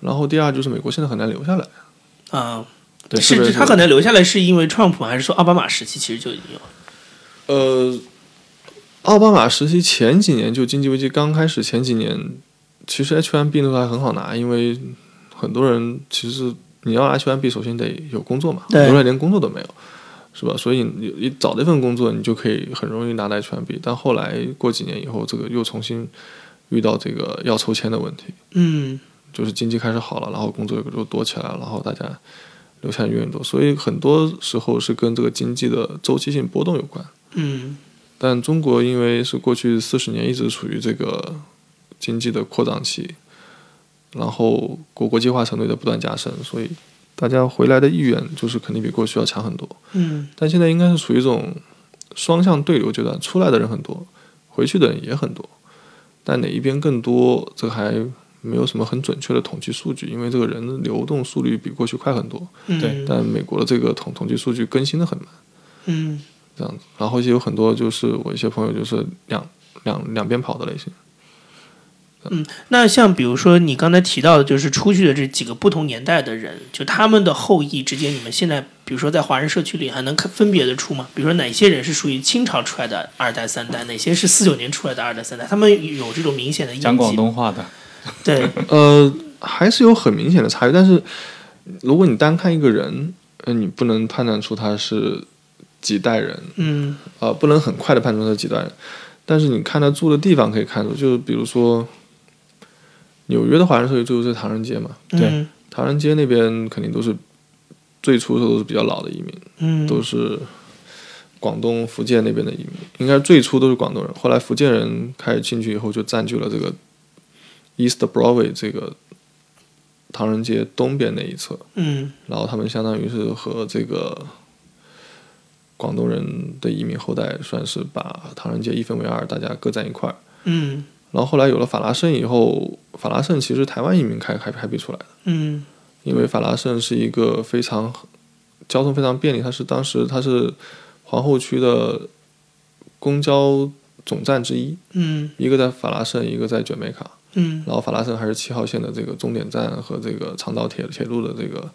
S4: 然后第二就是美国现在很难留下来，
S3: 啊、
S5: 对
S3: 甚
S4: 特别
S3: 至
S4: 是
S3: 他可能留下来是因为川普，还是说奥巴马时期其实就已经有了？
S4: 呃，奥巴马时期前几年，就经济危机刚开始前几年，其实 H1B 那时候还很好拿，因为很多人其实你要 H1B，首先得有工作嘛，
S3: 对
S4: 很多人连工作都没有，是吧？所以你你找这份工作，你就可以很容易拿到 H1B。但后来过几年以后，这个又重新遇到这个要抽签的问题，
S3: 嗯
S4: 就是经济开始好了，然后工作又多起来了，然后大家留下的越来越多，所以很多时候是跟这个经济的周期性波动有关。
S3: 嗯
S4: 但中国因为是过去四十年一直处于这个经济的扩张期，然后国国际化程度也在不断加深，所以大家回来的意愿就是肯定比过去要强很多。
S3: 嗯
S4: 但现在应该是处于一种双向对流阶段，出来的人很多，回去的人也很多，但哪一边更多，这个还没有什么很准确的统计数据，因为这个人的流动速率比过去快很多，
S3: 嗯
S5: 对
S4: 但美国的这个统统计数据更新的很慢，
S3: 嗯
S4: 这样子。然后也有很多就是我一些朋友就是两两两边跑的类型，
S3: 那像比如说你刚才提到的，就是出去的这几个不同年代的人，就他们的后裔之间，你们现在比如说在华人社区里还能看分别的出吗？比如说哪些人是属于清朝出来的二代三代，哪些是四九年出来的二代三代？他们有这种明显的印记吗
S5: 讲广东话的，
S3: 对，
S4: 呃，还是有很明显的差异。但是如果你单看一个人，呃，你不能判断出他是几代人，
S3: 嗯
S4: 啊，不能很快的判断出几代人，但是你看他住的地方可以看出，就是比如说纽约的华人社区就是唐人街嘛，
S5: 对
S4: 唐人街那边肯定都是最初的时候都是比较老的移民，
S3: 嗯，
S4: 都是广东、福建那边的移民，应该最初都是广东人，后来福建人开始进去以后就占据了这个 East Broadway 这个唐人街东边那一侧，
S3: 嗯
S4: 然后他们相当于是和这个广东人的移民后代，算是把唐人街一分为二，大家各占一块儿。
S3: 嗯
S4: 然后后来有了法拉盛以后，法拉盛其实台湾移民开开开辟出来的，
S3: 嗯
S4: 因为法拉盛是一个非常交通非常便利，它是当时它是皇后区的公交总站之一，
S3: 嗯
S4: 一个在法拉盛，一个在卷美卡。
S3: 嗯
S4: 然后法拉盛还是七号线的这个终点站和这个长岛铁铁路的这个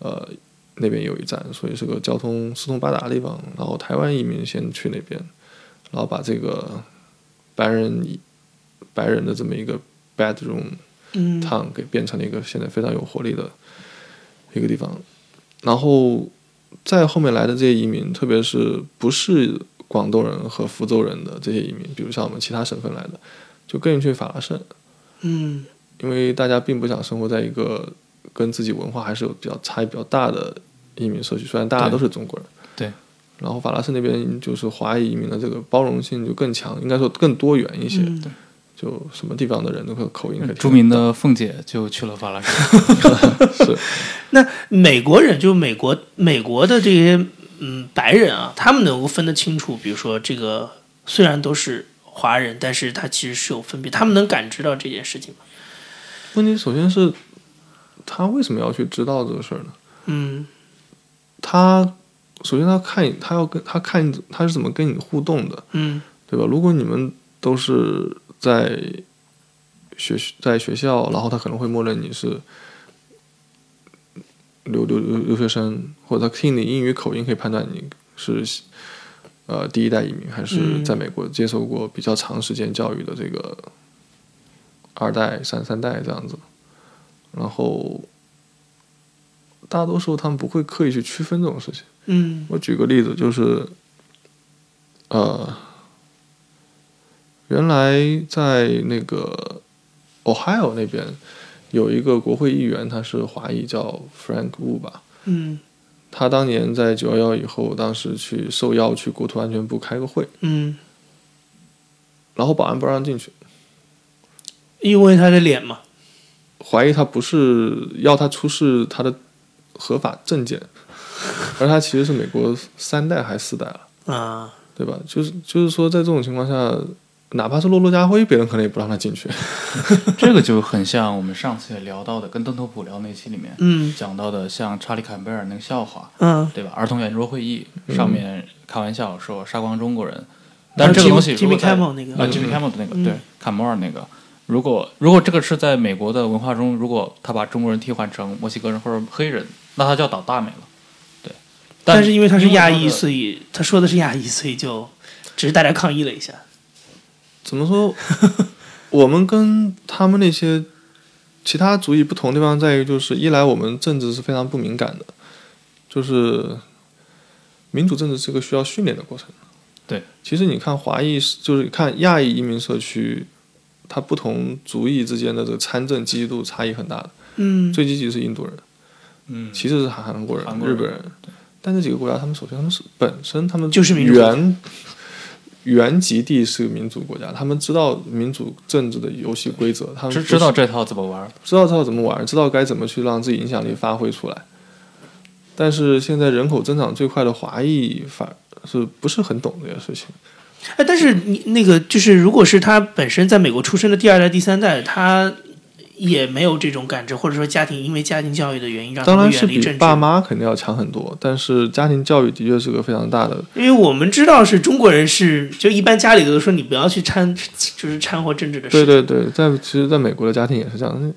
S4: 呃那边有一站，所以是个交通四通八达的地方。然后台湾移民先去那边，然后把这个白人移白人的这么一个 bedroom
S3: 嗯
S4: town 给变成了一个现在非常有活力的一个地方。然后再后面来的这些移民，特别是不是广东人和福州人的这些移民，比如像我们其他省份来的，就更去法拉盛。
S3: 嗯
S4: 因为大家并不想生活在一个跟自己文化还是有比较差异比较大的移民社区，虽然大家都是中国人。
S5: 对。
S4: 然后法拉盛那边就是华裔移民的这个包容性就更强，应该说更多元一些，
S3: 嗯
S4: 就什么地方的人都会有口音可以听得
S5: 嗯著名
S4: 到
S5: 的凤姐就去了法拉盛，
S4: 是
S3: 那美国人就美国美国的这些嗯白人啊，他们能够分得清楚，比如说这个虽然都是华人，但是他其实是有分别，他们能感知到这件事情吗？
S4: 问题，首先是他为什么要去知道这个事儿呢？
S3: 嗯
S4: 他首先他看你，他要跟他看你他是怎么跟你互动的，
S3: 嗯
S4: 对吧？如果你们都是在学在学校，然后他可能会默认你是留留留留学生，或者他听你英语口音可以判断你是呃第一代移民还是
S3: 嗯
S4: 在美国接受过比较长时间教育的这个二代、三三代这样子。然后大多数他们不会刻意去区分这种事情。
S3: 嗯
S4: 我举个例子，就是，呃，原来在那个 Ohio 那边有一个国会议员，他是华裔，叫 Frank Wu 吧。
S3: 嗯
S4: 他当年在九幺幺以后，当时去受邀去国土安全部开个会，
S3: 嗯，
S4: 然后保安不让进去，
S3: 因为他的脸嘛，
S4: 怀疑他不是要他出示他的合法证件，而他其实是美国三代还是四代了。
S3: 啊，
S4: 对吧？就是就是说，在这种情况下，哪怕是落落家辉，别人可能也不让他进去。
S5: 这个就很像我们上次也聊到的，跟邓拓普聊那期里面
S3: 嗯
S5: 讲到的，像查理坎贝尔那个笑话，
S3: 嗯，
S5: 对吧？儿童圆桌会议上面开玩笑说杀光中国人，
S3: 还
S5: 但
S3: 有
S5: 是这个东西
S3: 嗯 Jimmy-
S5: 如果
S3: Jimmy
S5: 在
S3: Kimmel 那个嗯
S5: 啊，Jimmy Kimmel 的那个对，坎莫尔那个，如果如果这个是在美国的文化中，如果他把中国人替换成墨西哥人或者黑人，那他就要倒大美了，对。
S3: 但是因为他是亚裔，
S5: 的
S3: 所以他说的是亚裔，所以就只是大家抗议了一下。
S4: 怎么说？我们跟他们那些其他族裔不同的地方在于，就是一来我们政治是非常不敏感的，就是民主政治是个需要训练的过程。
S5: 对，
S4: 其实你看华裔，就是看亚裔移民社区，它不同族裔之间的这个参政积极度差异很大的。
S3: 嗯
S4: 最积极是印度人，
S5: 嗯
S4: 其次是韩韩国人、
S5: 韩国
S4: 日
S5: 人
S4: 本人，但这几个国家，他们首先他们是本身他们
S3: 就是民主国家
S4: 原原籍地是个民主国家，他们知道民主政治的游戏规则，他们
S5: 知
S4: 不
S5: 知道
S4: 是
S5: 这套怎么玩儿，
S4: 知道他怎么玩，知道该怎么去让自己影响力发挥出来。但是现在人口增长最快的华裔，反是不是很懂这个事情？
S3: 哎，但是你那个就是，如果是他本身在美国出生的第二代、第三代，他也没有这种感知，或者说家庭因为家庭教育的原因让他
S4: 当
S3: 们
S4: 然是
S3: 远离
S4: 比
S3: 政治。
S4: 爸妈肯定要强很多，但是家庭教育的确是个非常大的
S3: 因为我们知道是中国人是，就一般家里都说你不要去掺，就是掺和政治的事。
S4: 对对对，在其实，在美国的家庭也是这样，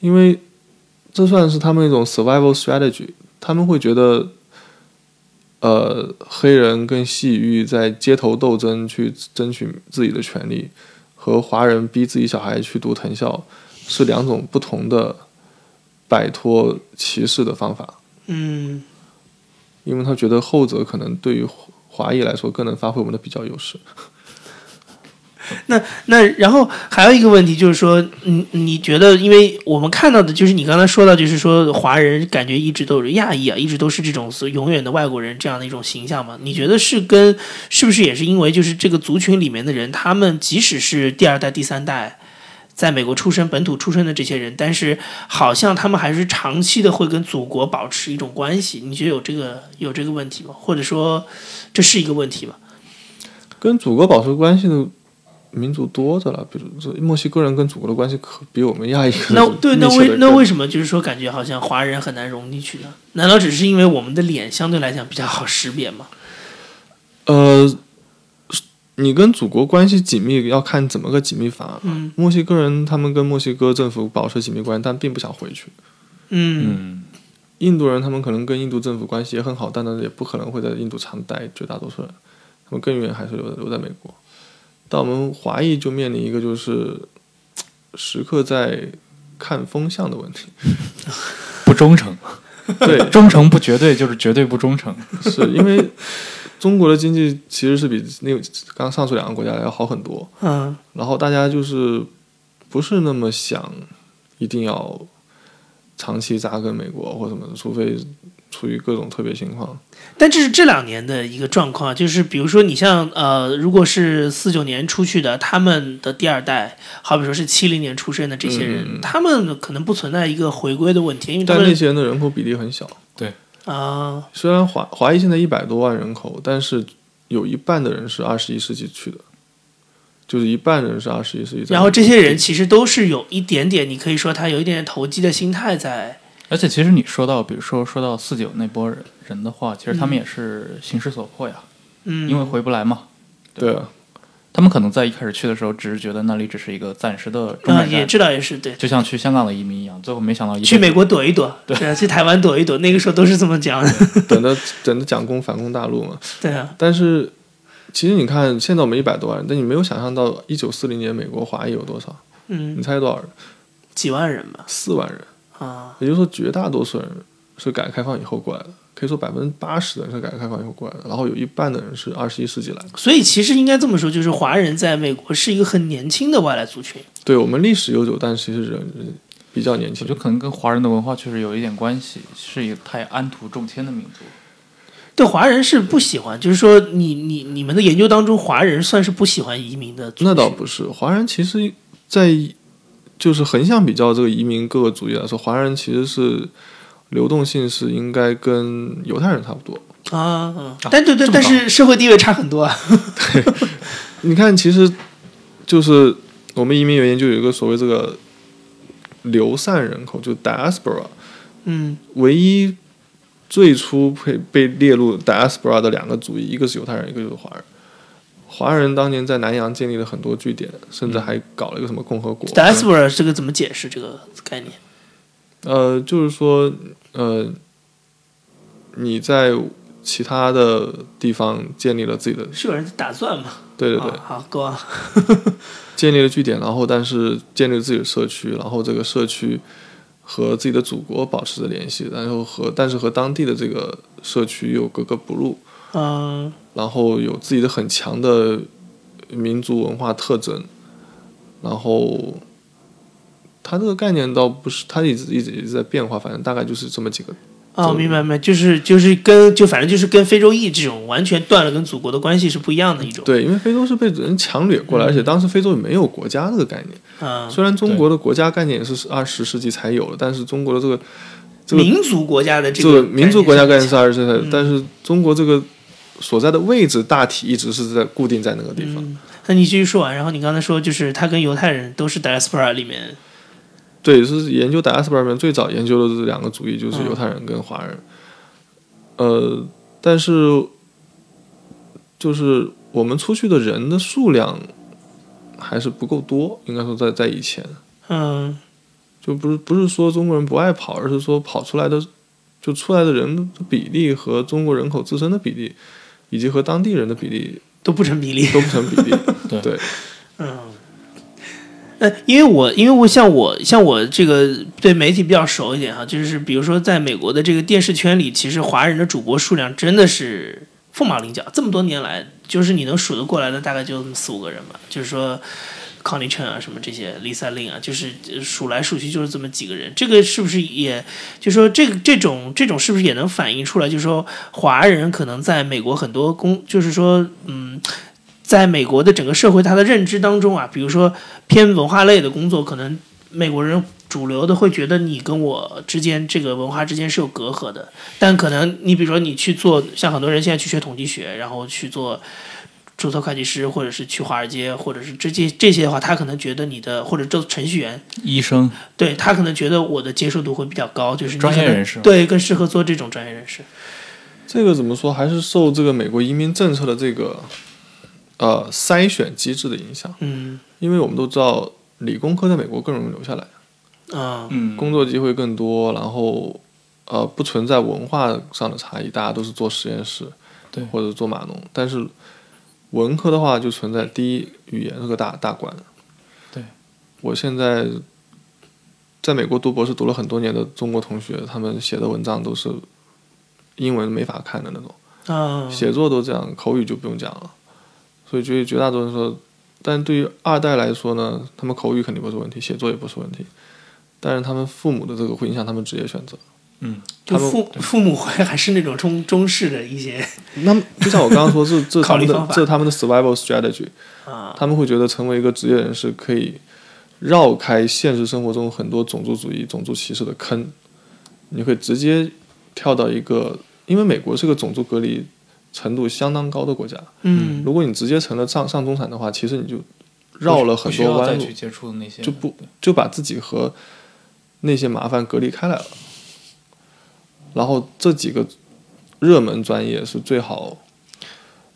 S4: 因为这算是他们一种 survival strategy，他们会觉得，呃，黑人跟西语在街头斗争去争取自己的权利，和华人逼自己小孩去读藤校是两种不同的摆脱歧视的方法，
S3: 嗯，
S4: 因为他觉得后者可能对于华裔来说更能发挥我们的比较优势。
S3: 那那然后还有一个问题就是说，你你觉得，因为我们看到的就是你刚才说到，就是说华人感觉一直都有着亚裔啊，一直都是这种所永远的外国人这样的一种形象嘛？你觉得是跟是不是也是因为就是这个族群里面的人，他们即使是第二代、第三代。在美国出生、本土出生的这些人，但是好像他们还是长期的会跟祖国保持一种关系。你觉得有这个有这个问题吗？或者说，这是一个问题吗？
S4: 跟祖国保持关系的民族多着了，比如这墨西哥人跟祖国的关系可比我们亚裔
S3: 那对，那为那为
S4: 什
S3: 什么就是说感觉好像华人很难融进去呢？难道只是因为我们的脸相对来讲比较好识别吗？
S4: 呃，你跟祖国关系紧密要看怎么个紧密法。
S3: 嗯
S4: 墨西哥人他们跟墨西哥政府保持紧密关系，但并不想回去。
S3: 嗯
S5: 嗯，
S4: 印度人他们可能跟印度政府关系也很好，但呢也不可能会在印度常待，绝大多数人，他们更愿意还是留留在美国。但我们华裔就面临一个就是时刻在看风向的问题，
S5: 不忠诚，
S4: 对，
S5: 忠诚不绝对就是绝对不忠诚，
S4: 是因为中国的经济其实是比那个刚上述两个国家要好很多，
S3: 嗯
S4: 然后大家就是不是那么想一定要长期扎根美国或什么的，除非出于各种特别情况。
S3: 但这是这两年的一个状况，啊就是比如说你像呃，如果是四九年出去的，他们的第二代，好比说是七零年出生的这些人，
S4: 嗯
S3: 他们可能不存在一个回归的问题，因为他
S4: 但那
S3: 们
S4: 些人的人口比例很小，
S3: 啊、
S4: 虽然华华裔现在一百多万人口，但是有一半的人是二十一世纪去的，就是一半人是二十一世纪在美国。
S3: 然后这些人其实都是有一点点，你可以说他有一点点投机的心态在。
S5: 而且其实你说到，比如说说到四九那波人人的话，其实他们也是形势所迫呀，
S3: 嗯，
S5: 因为回不来嘛。
S4: 对啊，
S5: 他们可能在一开始去的时候，只是觉得那里只是一个暂时的中
S3: 啊、
S5: 转
S3: 也
S5: 站，
S3: 知道也是对，
S5: 就像去香港的移民一样，最后没想到一辈子
S3: 去美国躲一 躲，对啊，去台湾躲一躲，那个时候都是这么讲的，
S4: 等着等着蒋公反攻大陆嘛。
S3: 对啊，
S4: 但是其实你看，现在我们一百多万人，但你没有想象到一九四零年美国华裔有多少？
S3: 嗯
S4: 你，猜多少人？
S3: 几万人吧，
S4: 四万人。
S3: 啊，
S4: 也就是说，绝大多数人是改革开放以后过来的，可以说百分之八十的人是改革开放以后过来的，然后有一半的人是二十一世纪来的。
S3: 所以其实应该这么说，就是华人在美国是一个很年轻的外来族群，
S4: 对我们历史悠久，但是其实人人比较年
S5: 我
S4: 轻
S5: 觉得。可能跟华人的文化确实有一点关系，是一个太安土重迁的民族。
S3: 对华人是不喜欢，就是说你你你们的研究当中，华人算是不喜欢移民的族群，
S4: 那倒不是，华人其实，在就是横向比较这个移民各个族裔来说，华人其实是流动性是应该跟犹太人差不多。
S3: 啊，嗯但对对，
S5: 这么
S3: 但
S5: 高
S3: 是社会地位差很多啊，
S4: 你看，其实就是我们移民研究有一个所谓这个流散人口，就 diaspora，
S3: 嗯
S4: 唯一最初被被列入 diaspora 的两个族裔，一个是犹太人，一个就是华人。华人当年在南洋建立了很多据点，甚至还搞了一个什么共和国。
S3: 嗯，diaspora 这个怎么解释这个概念？
S4: 呃，就是说，呃，你在其他的地方建立了自己的，
S3: 是有人在打钻吗？
S4: 对对对，
S3: 啊好，go on，
S4: 建立了据点，然后但是建立了自己的社区，然后这个社区和自己的祖国保持着联系，然后和但是和当地的这个社区又格格不入，
S3: 嗯
S4: 然后有自己的很强的民族文化特征，然后它这个概念倒不是，它一直一直一直在变化，反正大概就是这么几个
S3: 哦，
S4: 就
S3: 明白明白，就是就是跟就反正就是跟非洲裔这种完全断了跟祖国的关系是不一样的一种。
S4: 对，因为非洲是被人强掠过来，而且当时非洲也没有国家这个概念。
S3: 嗯，
S4: 虽然中国的国家概念也是二十世纪才有的，但是中国的这个这个
S3: 民族国家的这
S4: 这
S3: 个
S4: 个民族国家概念是二十世纪才有
S3: 嗯，
S4: 但是中国这个所在的位置大体一直是在固定在那个地方。
S3: 嗯，那你继续说完。然后你刚才说，就是他跟犹太人都是 diaspora 里面，
S4: 对，是研究达拉斯巴里面最早研究的这两个族裔，就是犹太人跟华人。呃，但是就是我们出去的人的数量还是不够多，应该说在在以前，
S3: 嗯
S4: 就不是不是说中国人不爱跑，而是说跑出来的就出来的人的比例和中国人口自身的比例，以及和当地人的比例
S3: 都不成比例。
S4: 都不成比例。
S5: 对
S4: 对，
S3: 嗯，呃，因为我因为我像我像我这个对媒体比较熟一点哈，就是比如说在美国的这个电视圈里，其实华人的主播数量真的是凤毛麟角，这么多年来，就是你能数得过来的大概就这么四五个人吧，就是说。Connie Chen 啊，什么这些，Lisa Lin 啊，就是呃数来数去就是这么几个人。这个是不是也，就说这个这种这种是不是也能反映出来？就是说华人可能在美国很多工，就是说嗯，在美国的整个社会他的认知当中啊，比如说偏文化类的工作，可能美国人主流的会觉得你跟我之间这个文化之间是有隔阂的，但可能你比如说你去做，像很多人现在去学统计学，然后去做。注册会计师，或者是去华尔街，或者是这些这些的话，他可能觉得你的或者做程序员，
S5: 医生
S3: 对他可能觉得我的接受度会比较高，就是你
S5: 专业
S3: 可能
S5: 人士
S3: 对更适合做这种专业人士。
S4: 这个怎么说，还是受这个美国移民政策的这个呃筛选机制的影响。
S3: 嗯
S4: 因为我们都知道理工科在美国更容易留下来，
S3: 啊
S5: 嗯
S4: 工作机会更多，然后呃不存在文化上的差异，大家都是做实验室，
S5: 对
S4: 或者做码农。但是文科的话就存在第一语言是个大大关，
S5: 对，
S4: 我现在在美国读博士读了很多年的中国同学，他们写的文章都是英文没法看的那种。
S3: 啊，
S4: 写作都这样，口语就不用讲了。所以绝绝大多数人说，但对于二代来说呢，他们口语肯定不是问题，写作也不是问题，但是他们父母的这个会影响他们职业选择。
S5: 嗯，
S3: 就
S4: 他们
S3: 父父母会还是那种中中式的一些
S4: 那么就像我刚刚说， 这这是
S3: 考
S4: 他
S3: 虑
S4: 们
S3: 方
S4: 的
S3: 法
S4: 这是他们的 survival strategy，
S3: 啊，
S4: 他们会觉得成为一个职业人士可以绕开现实生活中很多种族主义、种族歧视的坑，你会直接跳到一个，因为美国是个种族隔离程度相当高的国家，
S3: 嗯
S4: 如果你直接成了上上中产的话，其实你就绕了很多
S5: 不需要再
S4: 弯路
S5: 去，接触那些
S4: 就不就把自己和那些麻烦隔离开来了。然后这几个热门专业是最好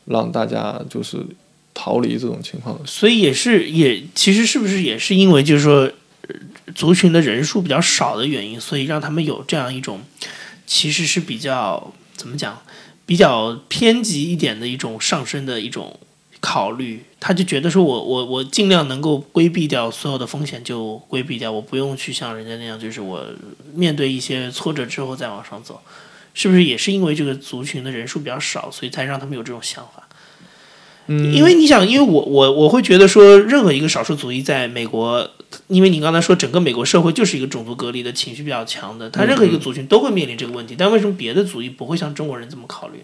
S4: 让大家就是逃离这种情况的。
S3: 所以也是也其实是不是也是因为就是说呃族群的人数比较少的原因，所以让他们有这样一种其实是比较怎么讲比较偏激一点的一种上升的一种考虑，他就觉得说我我我尽量能够规避掉所有的风险就规避掉，我不用去像人家那样，就是我面对一些挫折之后再往上走，是不是也是因为这个族群的人数比较少，所以才让他们有这种想法？
S4: 嗯
S3: 因为你想，因为我我我会觉得说，任何一个少数族裔在美国，因为你刚才说整个美国社会就是一个种族隔离的情绪比较强的，他
S4: 嗯
S3: 任何一个族群都会面临这个问题。但为什么别的族裔不会像中国人这么考虑？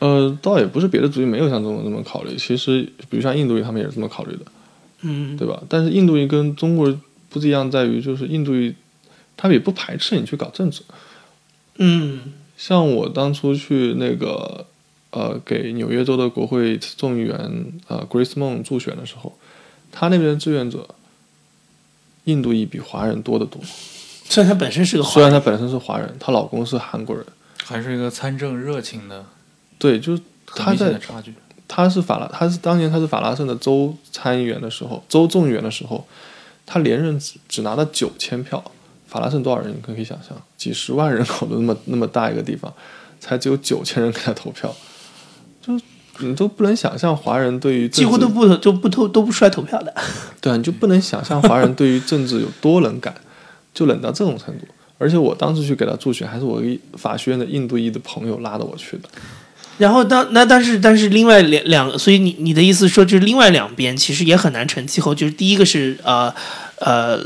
S4: 呃，倒也不是别的族裔没有像中国这么考虑，其实比如像印度裔他们也是这么考虑的，
S3: 嗯
S4: 对吧？但是印度裔跟中国人不一样，在于就是印度裔他们也不排斥你去搞政治。
S3: 嗯
S4: 像我当初去那个呃给纽约州的国会众议员呃 Grace Mong 助选的时候，他那边志愿者印度裔比华人多得多。
S3: 虽然他本身是个华
S4: 虽然
S3: 人，
S4: 她本身是华人，她老公是韩国人，
S5: 还是一个参政热情的
S4: 对，就是
S5: 很
S4: 他
S5: 明显
S4: 在
S5: 的差距。
S4: 他是法拉，他是当年他是法拉盛的州参议员的时候，州众议员的时候，他连任只只拿到九千票。法拉盛多少人？你可以想象，几十万人口的那么那么大一个地方，才只有九千人给他投票，就你都不能想象华人对于
S3: 几乎
S4: 政
S3: 都
S4: 治
S3: 不就不投都不出来投票的。
S4: 对啊，你就不能想象华人对于政治有多冷感，就冷到这种程度。而且我当时去给他助选，还是我一法学院的印度裔的朋友拉着我去的。
S3: 然后当那但是但是另外两两，所以你你的意思说就是另外两边其实也很难成气候，就是第一个是呃呃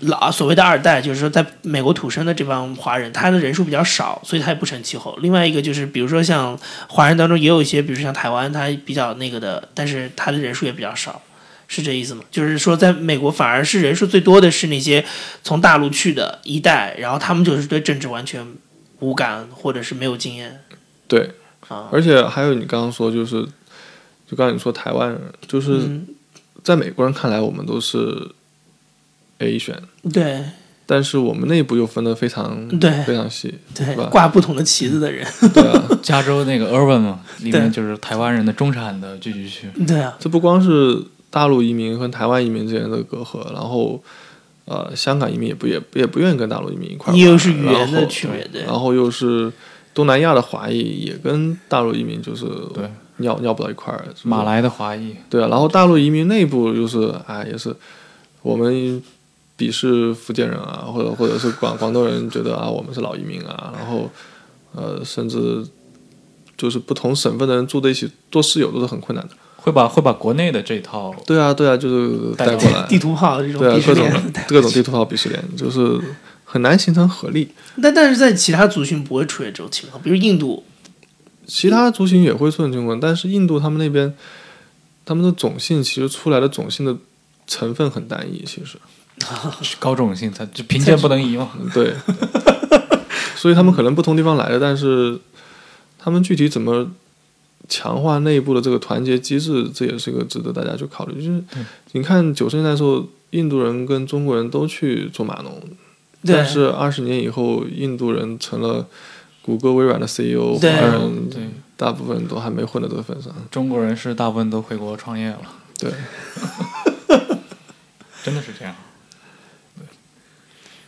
S3: 老所谓的二代，就是说在美国土生的这帮华人，他的人数比较少，所以他也不成气候。另外一个就是，比如说像华人当中也有一些，比如说像台湾，他比较那个的，但是他的人数也比较少，是这意思吗？就是说，在美国反而是人数最多的是那些从大陆去的一代，然后他们就是对政治完全无感或者是没有经验
S4: 对，
S3: 啊。
S4: 而且还有你刚刚说就是，就刚才你说台湾人，就是
S3: 嗯，
S4: 在美国人看来我们都是 A 选，
S3: 对
S4: 但是我们内部又分得非常
S3: 对
S4: 非常细，
S3: 对
S4: 吧，
S3: 挂不同的旗子的人，
S4: 对啊，
S5: 加州那个 Urban 嘛，里
S3: 对
S5: 面就是台湾人的中产的聚居区。
S4: 嗯
S3: 对啊，
S4: 这不光是大陆移民和台湾移民之间的隔阂，然后呃，香港移民也不也也不愿意跟大陆移民一块儿玩，
S3: 又是语言的
S4: 然后
S3: 区别对
S4: 然后又是东南亚的华裔也跟大陆移民就是
S5: 对，
S4: 尿尿不到一块儿，是不是
S5: 马来的华裔，
S4: 对啊，然后大陆移民内部就是啊、也是我们。鄙视福建人啊，或者或者是广广东人觉得啊，我们是老移民啊，然后，呃，甚至就是不同省份的人住在一起做室友都是很困难的。
S5: 会把会把国内的这套
S4: 对啊，对啊，就是
S5: 带
S4: 带
S5: 过
S4: 过来，
S3: 地图炮这种
S4: 对啊
S3: 鄙，视
S4: 各种
S3: 链，
S4: 各种地图炮鄙视链，就是很难形成合力。
S3: 但但是在其他族群不会出现这种情况，比如印度，
S4: 其他族群也会出现情况，但是印度他们那边，他们的种姓其实出来的种姓的成分很单一，其实
S5: 高种姓，它就贫贱不能移嘛。
S4: 嗯 对，所以他们可能不同地方来的，但是他们具体怎么？强化内部的这个团结机制，这也是个值得大家去考虑。就是
S3: 嗯
S4: 你看九十年代的时候，印度人跟中国人都去做码农，
S3: 对
S4: 但是二十年以后，印度人成了谷歌、微软的 CEO，华
S5: 哎
S3: 对
S4: 人
S5: 嗯对，
S4: 大部分都还没混到这个份上。
S5: 中国人是大部分都回国创业了，
S4: 对，
S5: 真的是这样。对，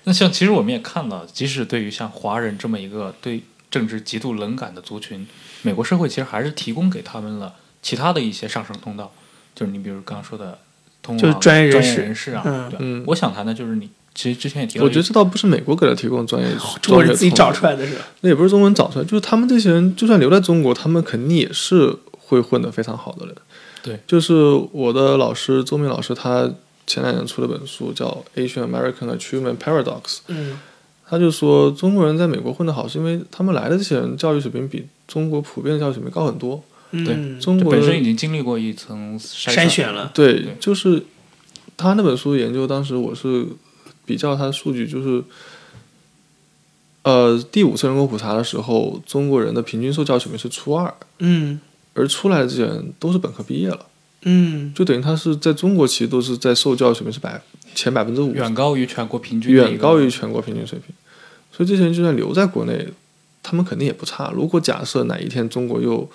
S5: 那像其实我们也看到，即使对于像华人这么一个对政治极度冷感的族群，美国社会其实还是提供给他们了其他的一些上升通道，就是你比如刚刚说的通往
S3: 就是专业人士
S5: 人士啊，
S3: 嗯
S5: 对吧
S4: 嗯
S5: 我想谈的就是你其实之前也提到一
S4: 我
S5: 个，
S4: 觉得这倒不是美国给他提供专业，
S3: 中国人自己找
S4: 来，
S3: 出来的是吧？
S4: 那也不是中国人找出来，就是他们这些人，就算留在中国，他们肯定也是会混得非常好的人。
S5: 对，
S4: 就是我的老师周明老师，他前两年出了本书叫《Asian American Achievement Paradox》，
S3: 嗯，
S4: 他就说中国人在美国混得好，是因为他们来的这些人教育水平比中国普遍的教育水平高很多。
S3: 嗯
S4: 中
S5: 这
S4: 国
S5: 本
S4: 的
S5: 身已经经历过一层筛
S3: 筛选了，
S4: 对
S5: 对，
S4: 就是他那本书研究，当时我是比较他的数据，就是呃第五次人口普查的时候，中国人的平均受教育水平是初二，
S3: 嗯
S4: 而出来的这些人都是本科毕业了，
S3: 嗯，
S4: 就等于他是在中国其实都是在受教育水平是百前百分之五，
S5: 远高于全国平均的一个，
S4: 远高于全国平均水平。所以这些人就算留在国内，他们肯定也不差。如果假设哪一天中国又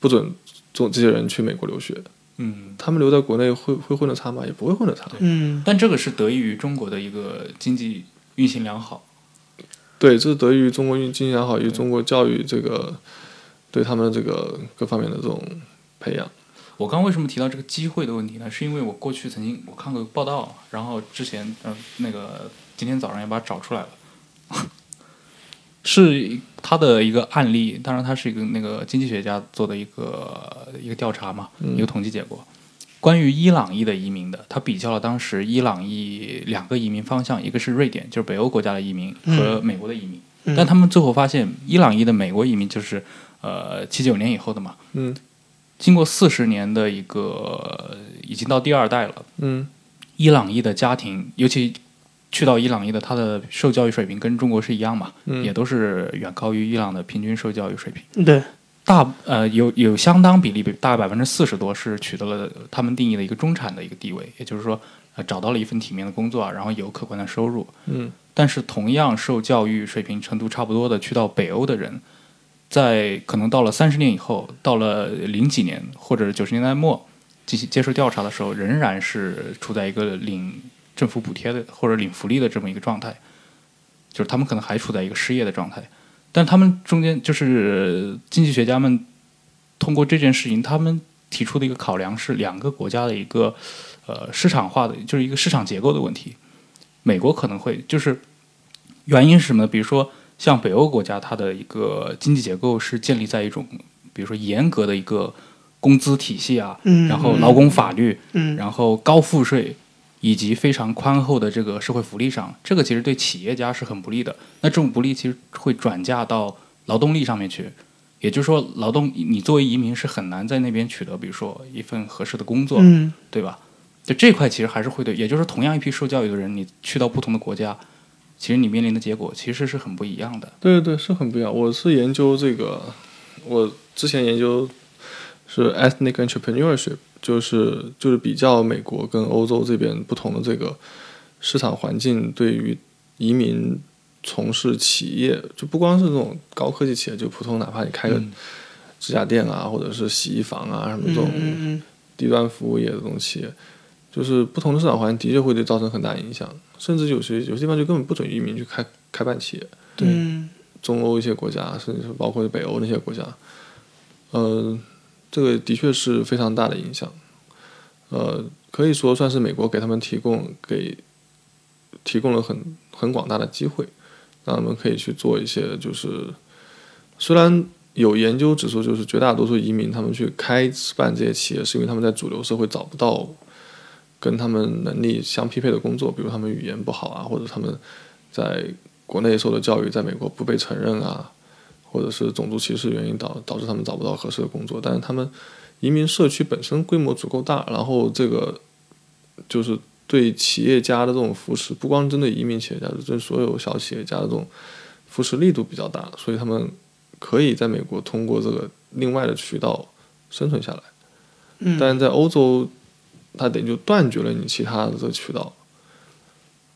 S4: 不准中这些人去美国留学，
S5: 嗯。
S4: 他们留在国内会会混得差吗？也不会混得差。
S3: 嗯，
S5: 但这个是得益于中国的一个经济运行良好，
S4: 对，这是得益于中国运经济良好，与中国教育这个对他们这个各方面的这种培养。
S5: 我刚为什么提到这个机会的问题呢？是因为我过去曾经我看过报道，然后之前呃那个今天早上也把它找出来了，是他的一个案例，当然他是一个那个经济学家做的一个一个调查嘛，
S4: 嗯
S5: 一个统计结果。关于伊朗裔的移民的，他比较了当时伊朗裔两个移民方向，一个是瑞典，就是北欧国家的移民和美国的移民，
S3: 嗯
S5: 但他们最后发现，伊朗裔的美国移民就是呃七九年以后的嘛，
S4: 嗯
S5: 经过四十年的一个，呃已经到第二代了。
S4: 嗯
S5: 伊朗裔的家庭，尤其去到伊朗裔的，他的受教育水平跟中国是一样嘛，
S4: 嗯，
S5: 也都是远高于伊朗的平均受教育水平。
S3: 对，
S5: 大呃，有有相当比例，大概百分之四十多是取得了他们定义的一个中产的一个地位，也就是说，呃，找到了一份体面的工作，啊然后有可观的收入。
S4: 嗯
S5: 但是同样受教育水平程度差不多的，去到北欧的人，在可能到了三十年以后，到了零几年或者九十年代末，进行接受调查的时候，仍然是处在一个领政府补贴的或者领福利的这么一个状态，就是他们可能还处在一个失业的状态。但他们中间就是经济学家们通过这件事情，他们提出的一个考量是两个国家的一个呃市场化的，就是一个市场结构的问题。美国可能会就是原因是什么呢？比如说像北欧国家，它的一个经济结构是建立在一种，比如说严格的一个工资体系啊，
S3: 嗯
S5: 然后劳工法律，
S3: 嗯
S5: 然后高赋税，以及非常宽厚的这个社会福利上，这个其实对企业家是很不利的。那这种不利其实会转嫁到劳动力上面去，也就是说，劳动你作为移民是很难在那边取得，比如说一份合适的工作，
S3: 嗯，
S5: 对吧？就这块其实还是会对，也就是说，同样一批受教育的人，你去到不同的国家，其实你面临的结果其实是很不一样的。
S4: 对对对，是很不一样。我是研究这个，我之前研究是 ethnic entrepreneurship，就是就是比较美国跟欧洲这边不同的这个市场环境对于移民从事企业，就不光是这种高科技企业，就普通哪怕你开个
S5: 嗯
S4: 指甲店啊，或者是洗衣房啊什么这种
S3: 嗯嗯
S4: 低端服务业这种企业，就是不同的市场环境的确会对造成很大影响，甚至有些有些地方就根本不准移民去开开办企业。
S3: 嗯，嗯
S4: 中欧一些国家，甚至是包括北欧那些国家，呃，这个的确是非常大的影响。呃，可以说算是美国给他们提供给提供了很很广大的机会，让他们可以去做一些就是，虽然有研究指出，就是绝大多数移民他们去开办这些企业，是因为他们在主流社会找不到跟他们能力相匹配的工作，比如他们语言不好啊，或者他们在国内受的教育在美国不被承认啊，或者是种族歧视原因导导致他们找不到合适的工作。但是他们移民社区本身规模足够大，然后这个就是对企业家的这种扶持，不光针对移民企业家，就对所有小企业家的这种扶持力度比较大，所以他们可以在美国通过这个另外的渠道生存下来。
S3: 嗯，
S4: 但是在欧洲，他等于就断绝了你其他的这个渠道。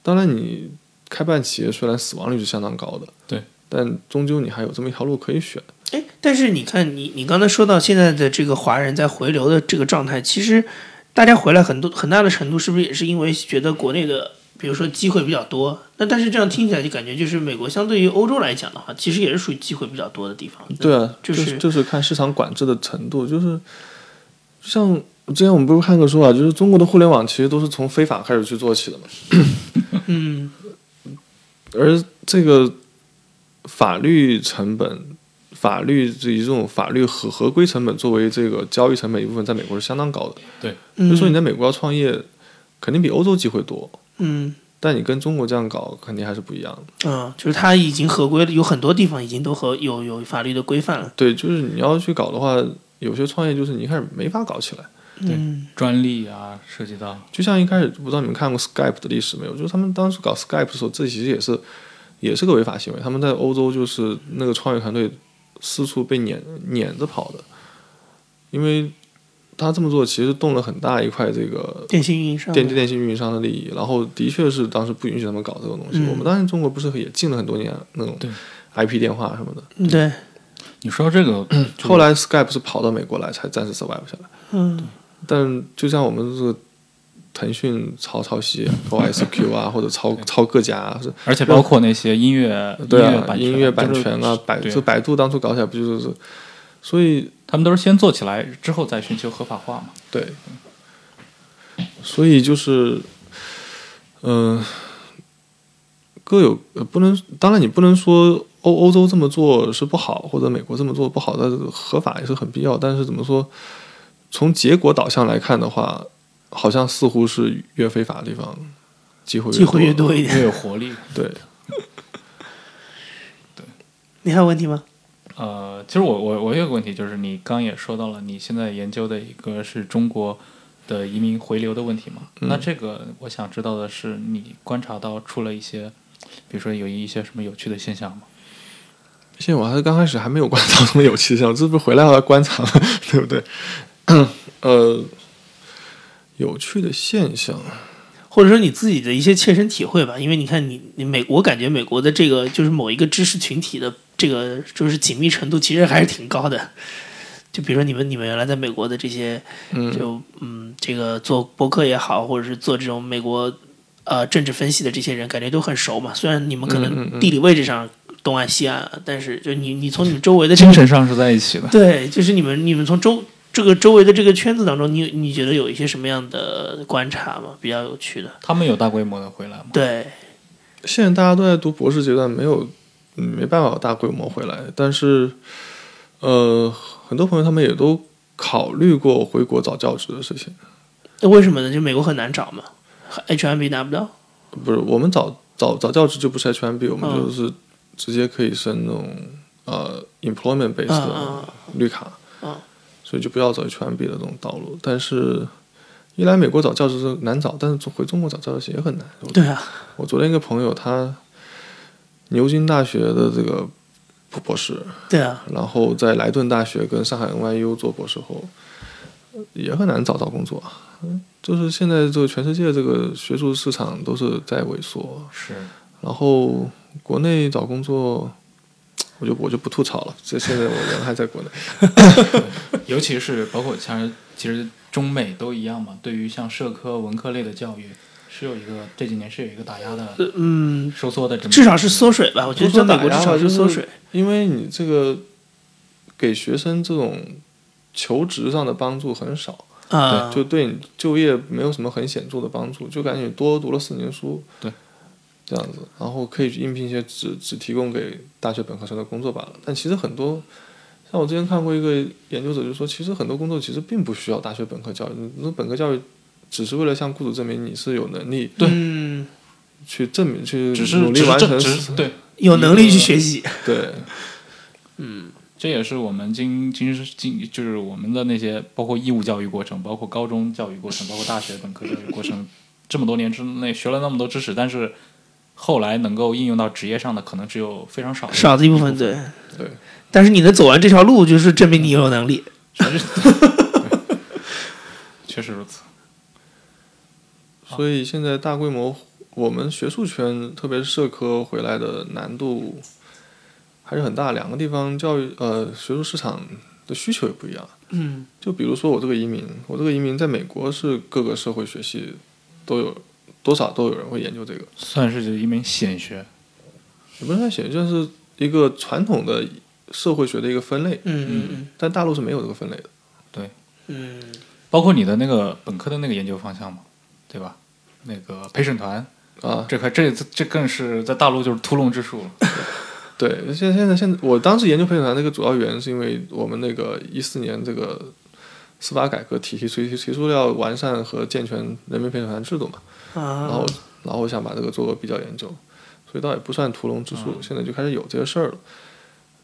S4: 当然，你开办企业虽然死亡率是相当高的，
S5: 对，
S4: 但终究你还有这么一条路可以选。
S3: 哎，但是你看，你你刚才说到现在的这个华人在回流的这个状态，其实大家回来很多很大的程度是不是也是因为觉得国内的，比如说机会比较多？那但是这样听起来就感觉就是美国相对于欧洲来讲的话，其实也是属于机会比较多的地方。
S4: 对啊，
S3: 就
S4: 就是是就是看市场管制的程度，就是像之前我们不是看过说啊，就是中国的互联网其实都是从非法开始去做起的嘛，
S3: 嗯
S4: 而这个法律成本。法律这一种法律合合规成本作为这个交易成本一部分，在美国是相当高的。
S3: 嗯，
S4: 就说你在美国要创业，肯定比欧洲机会多，
S3: 嗯
S4: 但你跟中国这样搞，肯定还是不一样的。
S3: 嗯，就是它已经合规了，有很多地方已经都和有有法律的规范了。
S4: 对，就是你要去搞的话，有些创业就是你一开始没法搞起来。
S3: 嗯
S5: 专利啊，涉及到
S4: 就像一开始，不知道你们看过 Skype 的历史没有？就是他们当初搞 Skype 的时候，这其实也是也是个违法行为。他们在欧洲就是那个创业团队四处被撵撵着跑的，因为他这么做其实动了很大一块这个
S3: 电信运营商
S4: 电电信运营商的利益，然后的确是当时不允许他们搞这个东西。
S3: 嗯
S4: 我们当时中国不是也禁了很多年那种
S5: 对
S4: IP 电话什么的，
S3: 嗯对，
S5: 你说到这个，就
S4: 后来 Skype 是跑到美国来才暂时 survive 下来。
S3: 嗯
S4: 但就像我们这个腾讯抄抄袭、抄 ICQ 啊，或者抄抄各家、啊，是
S5: 而且包括那些音乐、
S4: 对
S5: 音乐
S4: 啊，
S5: 版权、
S4: 音乐版
S5: 就是
S4: 权啊，百
S5: 对
S4: 就百度当初搞起来不就是，所以
S5: 他们都是先做起来，之后再寻求合法化 嘛。
S4: 对，所以就是，嗯、各有呃不能，当然你不能说欧欧洲这么做是不好，或者美国这么做不好，但是合法也是很必要。但是怎么说，从结果导向来看的话，好像似乎是越非法的地方机会
S3: 机会越多一点。
S5: 越有活力。
S4: 对，
S3: 你还有问题吗？
S5: 呃，其实我我我有个问题，就是你刚也说到了，你现在研究的一个是中国的移民回流的问题嘛？
S4: 嗯
S5: 那这个我想知道的是，你观察到出了一些，比如说有一些什么有趣的现象吗？
S4: 现在我还是刚开始还没有观察到什么有趣的项目，这不是回来我要观察吗？ 对不对？ 呃，有趣的现象，
S3: 或者说你自己的一些切身体会吧，因为你看你你美，我感觉美国的这个就是某一个知识群体的这个就是紧密程度其实还是挺高的。就比如说你们你们原来在美国的这些，就嗯，这个做博客也好，或者是做这种美国呃政治分析的这些人，感觉都很熟嘛。虽然你们可
S4: 嗯嗯
S3: 能
S4: 嗯
S3: 地理位置上东岸西岸，但是就你你从你们周围的这
S5: 精
S3: 个
S5: 神上是在一起的。
S3: 对，就是你们你们从周这个周围的这个圈子当中，你你觉得有一些什么样的观察吗？比较有趣的？
S5: 他们有大规模的回来吗？
S3: 对，
S4: 现在大家都在读博士阶段，没有嗯没办法有大规模回来，但是呃，很多朋友他们也都考虑过回国找教职的事情。
S3: 那为什么呢？就美国很难找嘛。 ，H1B 拿不到。
S4: 不是我们早早早教职就不是 H1B，我们
S3: 嗯
S4: 就是直接可以申那种呃 employment based
S3: 嗯
S4: 的
S3: 嗯
S4: 绿卡，
S3: 嗯
S4: 所以就不要走 H1B 的这种道路。但是，一来美国找教职是难找，但是回中国找教职也很难。我
S3: 嗯，对啊，
S4: 我昨天一个朋友他牛津大学的这个博博士，
S3: 对啊，
S4: 然后在莱顿大学跟上海 NYU 做博士后，呃也很难找到工作啊。嗯就是现在这个全世界这个学术市场都是在萎缩，
S5: 是
S4: 然后国内找工作，我就我就不吐槽了。这现在我人还在国内，
S5: 尤其是包括像其实中美都一样嘛，对于像社科、文科类的教育是有一个这几年是有一个打压的
S3: 嗯，
S5: 收缩的这么，
S3: 至少是缩水吧，我觉得
S4: 不是
S3: 在
S4: 说
S3: 美国
S4: 打
S3: 至
S4: 压吧
S3: 少是
S4: 就是
S3: 缩水。
S4: 因为你这个给学生这种求职上的帮助很少，
S3: 啊，
S4: 就对你就业没有什么很显著的帮助，就感觉你多读了四年书，
S5: 对，
S4: 这样子，然后可以去应聘一些只只提供给大学本科生的工作罢了。但其实很多。像我之前看过一个研究者就说，其实很多工作其实并不需要大学本科教育，你你本科教育只是为了向雇主证明你是有能力
S5: 对
S3: 嗯，
S4: 去证明去
S5: 只是
S4: 努力
S5: 只是
S4: 完
S5: 这
S4: 成
S5: 只是对，
S3: 有能力去学习。
S4: 对
S5: 这也是我们今今今就是我们的那些包括义务教育过程，包括高中教育过程，包括大学本科教育过程，这么多年之内学了那么多知识，但是后来能够应用到职业上的，可能只有非常少。
S3: 少的一部分，对
S4: 对。
S3: 但是你能走完这条路，就是证明你有能力。
S5: 确实如此。
S4: 所以现在大规模我们学术圈，特别是社科回来的难度还是很大。两个地方教育呃学术市场的需求也不一样。
S3: 嗯
S4: 就比如说我这个移民，我这个移民在美国是各个社会学系都有多少都有人会研究这个，
S5: 算是一门显学，
S4: 也不是很显学，就是一个传统的社会学的一个分类，
S3: 嗯嗯
S4: 但大陆是没有这个分类的。
S3: 嗯
S5: 包括你的那个本科的那个研究方向嘛，对吧？那个陪审团
S4: 啊，
S5: 这块，这这更是在大陆就是屠龙之术了。
S4: 对，现在现在现在，我当时研究陪审团那个主要原因是因为我们那个一四年这个司法改革提提提提出了要完善和健全人民陪审团制度嘛，
S3: 嗯
S4: 然后
S3: 啊，
S4: 然后我想把这个做个比较研究，所以倒也不算屠龙之术，现在就开始有这些事儿了。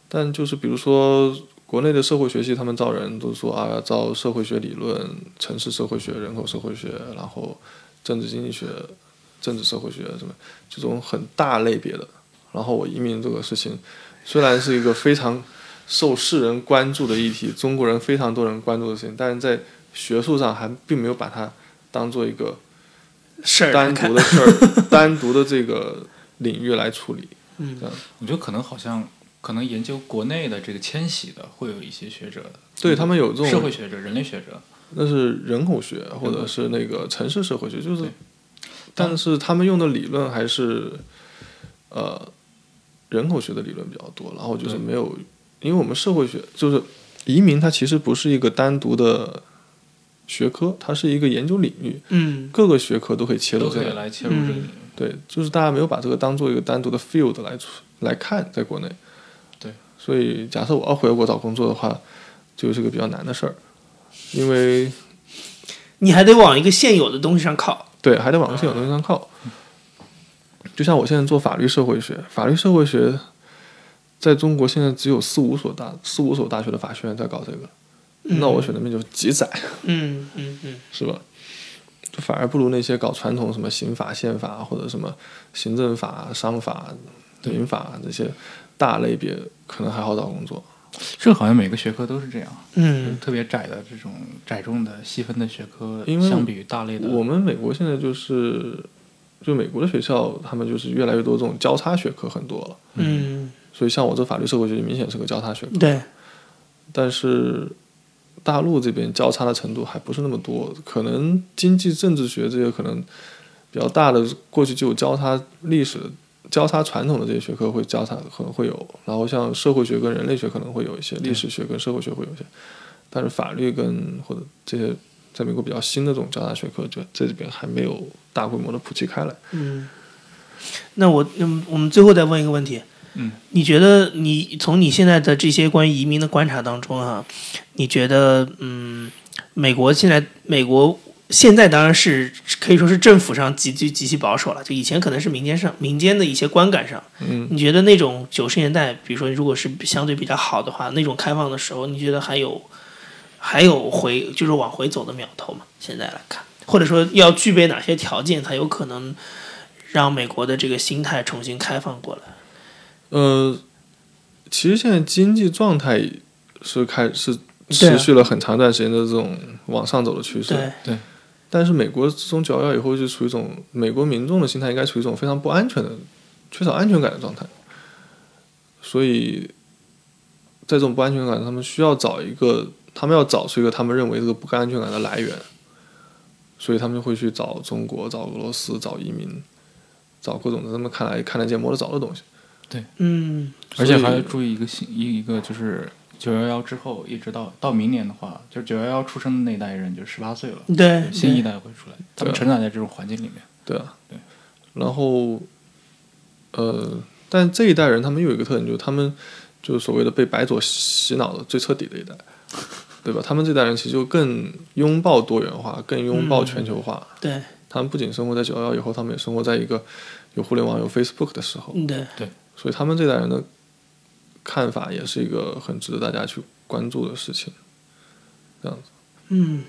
S4: 但就是比如说国内的社会学系，他们招人都说啊，招社会学理论、城市社会学、人口社会学，然后政治经济学、政治社会学什么这种很大类别的。然后我移民这个事情，虽然是一个非常受世人关注的议题，中国人非常多人关注的事情，但是在学术上还并没有把它当做一个
S3: 事儿
S4: 单
S3: 看
S4: 独的事儿，单独的这个领域来处理。
S5: 我觉得可能好像可能研究国内的这个迁徙的，会有一些学者，
S4: 对他们有这
S5: 社会
S4: 种，
S5: 学者、人类学者，
S4: 那是人口学或者是那个城市社会学，就是
S5: 对，
S4: 但是他们用的理论还是，呃，人口学的理论比较多，然后就是
S5: 对
S4: 没有，因为我们社会学就是移民，它其实不是一个单独的学科，它是一个研究领域，
S3: 嗯
S4: 各个学科都可以切入
S5: 都
S4: 进
S5: 可以
S4: 来。
S5: 来切入这个
S3: 嗯。
S4: 对，就是大家没有把这个当做一个单独的 field 来处来看，在国内。
S5: 对，
S4: 所以假设我要回国找工作的话，就是个比较难的事儿，因为
S3: 你还得往一个现有的东西上靠。
S4: 对还得往现有东西上靠。就像我现在做法律社会学，法律社会学在中国现在只有四五所大四五所大学的法学院在搞这个，那我选的那就极窄，
S3: 嗯嗯嗯
S4: 是吧？就反而不如那些搞传统什么刑法、宪法或者什么行政法、商法、民法这些大类别，可能还好找工作。
S5: 这好像每个学科都是这样，
S3: 嗯
S5: 特别窄的这种窄中的细分的学科，
S4: 因为
S5: 相比于大类的，
S4: 我们美国现在就是，就美国的学校，他们就是越来越多这种交叉学科很多了。
S3: 嗯，
S4: 所以像我这法律社会学，明显是个交叉学科，
S3: 对，
S4: 但是大陆这边交叉的程度还不是那么多，可能经济政治学这些可能比较大的，过去就有交叉历史、交叉传统的这些学科会交叉可能会有，然后像社会学跟人类学可能会有一些，历史学跟社会学会有一些，但是法律跟或者这些在美国比较新的这种交叉学科，就在这边还没有大规模的普及开来。
S3: 嗯。那我嗯，我们最后再问一个问题，
S5: 嗯，
S3: 你觉得你从你现在的这些关于移啊民的观察当中哈、你觉得嗯，美国现在美国现在当然是可以说是政府上极极极其保守了，就以前可能是民间上民间的一些观感上，嗯，你觉得那种九十年代，比如说如果是相对比较好的话，那种开放的时候，你觉得还有还有回就是往回走的苗头吗？现在来看，或者说要具备哪些条件才有可能让美国的这个心态重新开放过来？
S4: 呃，其实现在经济状态是开是
S3: 对啊
S4: 持续了很长一段时间的这种往上走的趋势，
S3: 对，
S4: 但是美国自从九幺幺以后，就处于一种美国民众的心态应该处于一种非常不安全的、缺少安全感的状态，所以在这种不安全感，他们需要找一个，他们要找出一个他们认为这个不安全感的来源，所以他们就会去找中国、找俄罗斯、找移民，找各种他们看来看得见、摸得着的东西。
S3: 嗯，
S5: 而且
S4: 所以
S5: 还要注意一个信一一个就是九幺幺之后一直到到明年的话，就是九幺幺出生的那代人就十八岁了，
S3: 对，
S5: 新一
S3: 代
S5: 代会出来，他们成长在这种环境里面。
S4: 对啊，
S5: 对。
S4: 然后，呃，但这一代人他们又有一个特点，就是他们就是所谓的被白左洗脑的最彻底 的一代，对吧？他们这代人其实就更拥抱多元化，更拥抱全球化。
S3: 对，
S4: 他们不仅生活在九幺幺以后，他们也生活在一个有互联网、有 Facebook 的时候，
S3: 嗯对，
S4: 所以他们这代人的看法也是一个很值得大家去关注的事情。
S3: 嗯，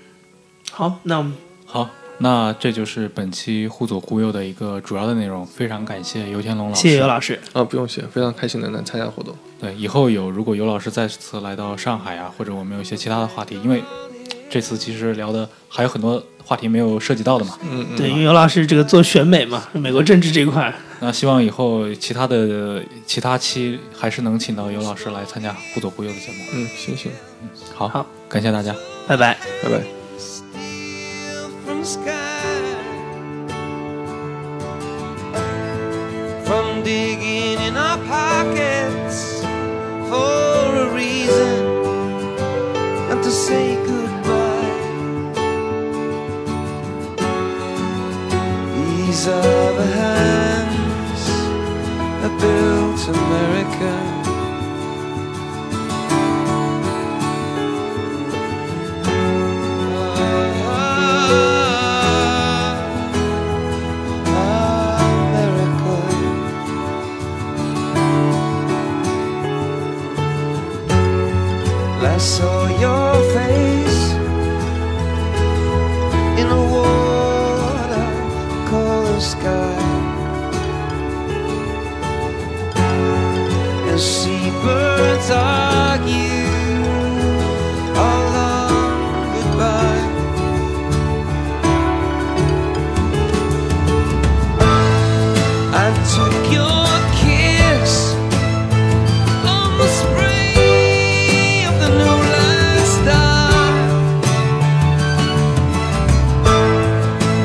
S3: 好，那我们
S5: 好，那这就是本期互左互右的一个主要的内容，非常感谢游天龙老师。
S3: 谢谢尤老师，
S4: 啊，不用谢，非常开心能来参加活动。
S5: 对，以后有如果尤老师再次来到上海啊，或者我们有一些其他的话题，因为嘖这次其实聊的还有很多话题没有涉及到的嘛。
S4: 嗯嗯，
S3: 对，因为尤老师这个做选美嘛，美国政治这一块，
S5: 那希望以后其他的其他期还是能请到尤老师来参加互左互右的节目。
S4: 嗯，行行，
S5: 好，
S3: 好
S5: 感谢大家。
S3: 拜拜。
S4: 拜拜。
S2: from sky from digging in our pockets for a reason and to say goodbye these are the hands that built America Last saw your face in a watercolor sky, and seabirds argue along goodbye. I took your kiss on the spray of the new light star.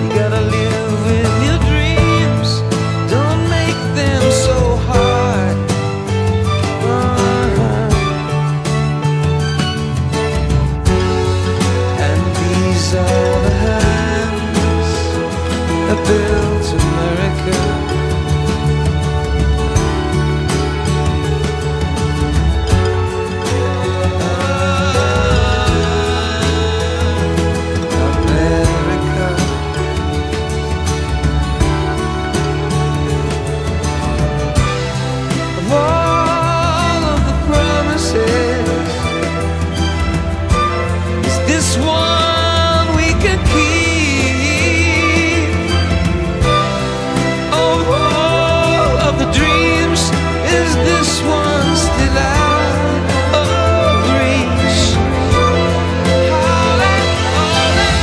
S2: You gotta live with your dreams. Don't make them so hard. Uh-huh. And these are the hands that built America. America. Of all of the promises, is this one we can keep? Of all of the dreams, is this one still out of reach? Holler, holler.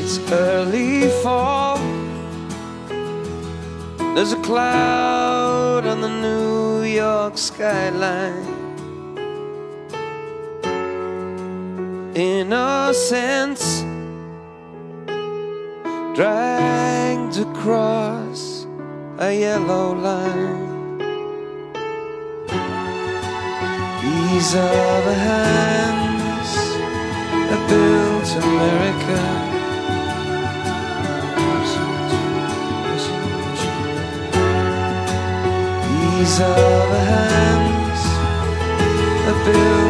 S2: It's early fall. There's a cloud on the New York skyline. Innocence dragged across a yellow line. These are the hands that built America. These are the hands that built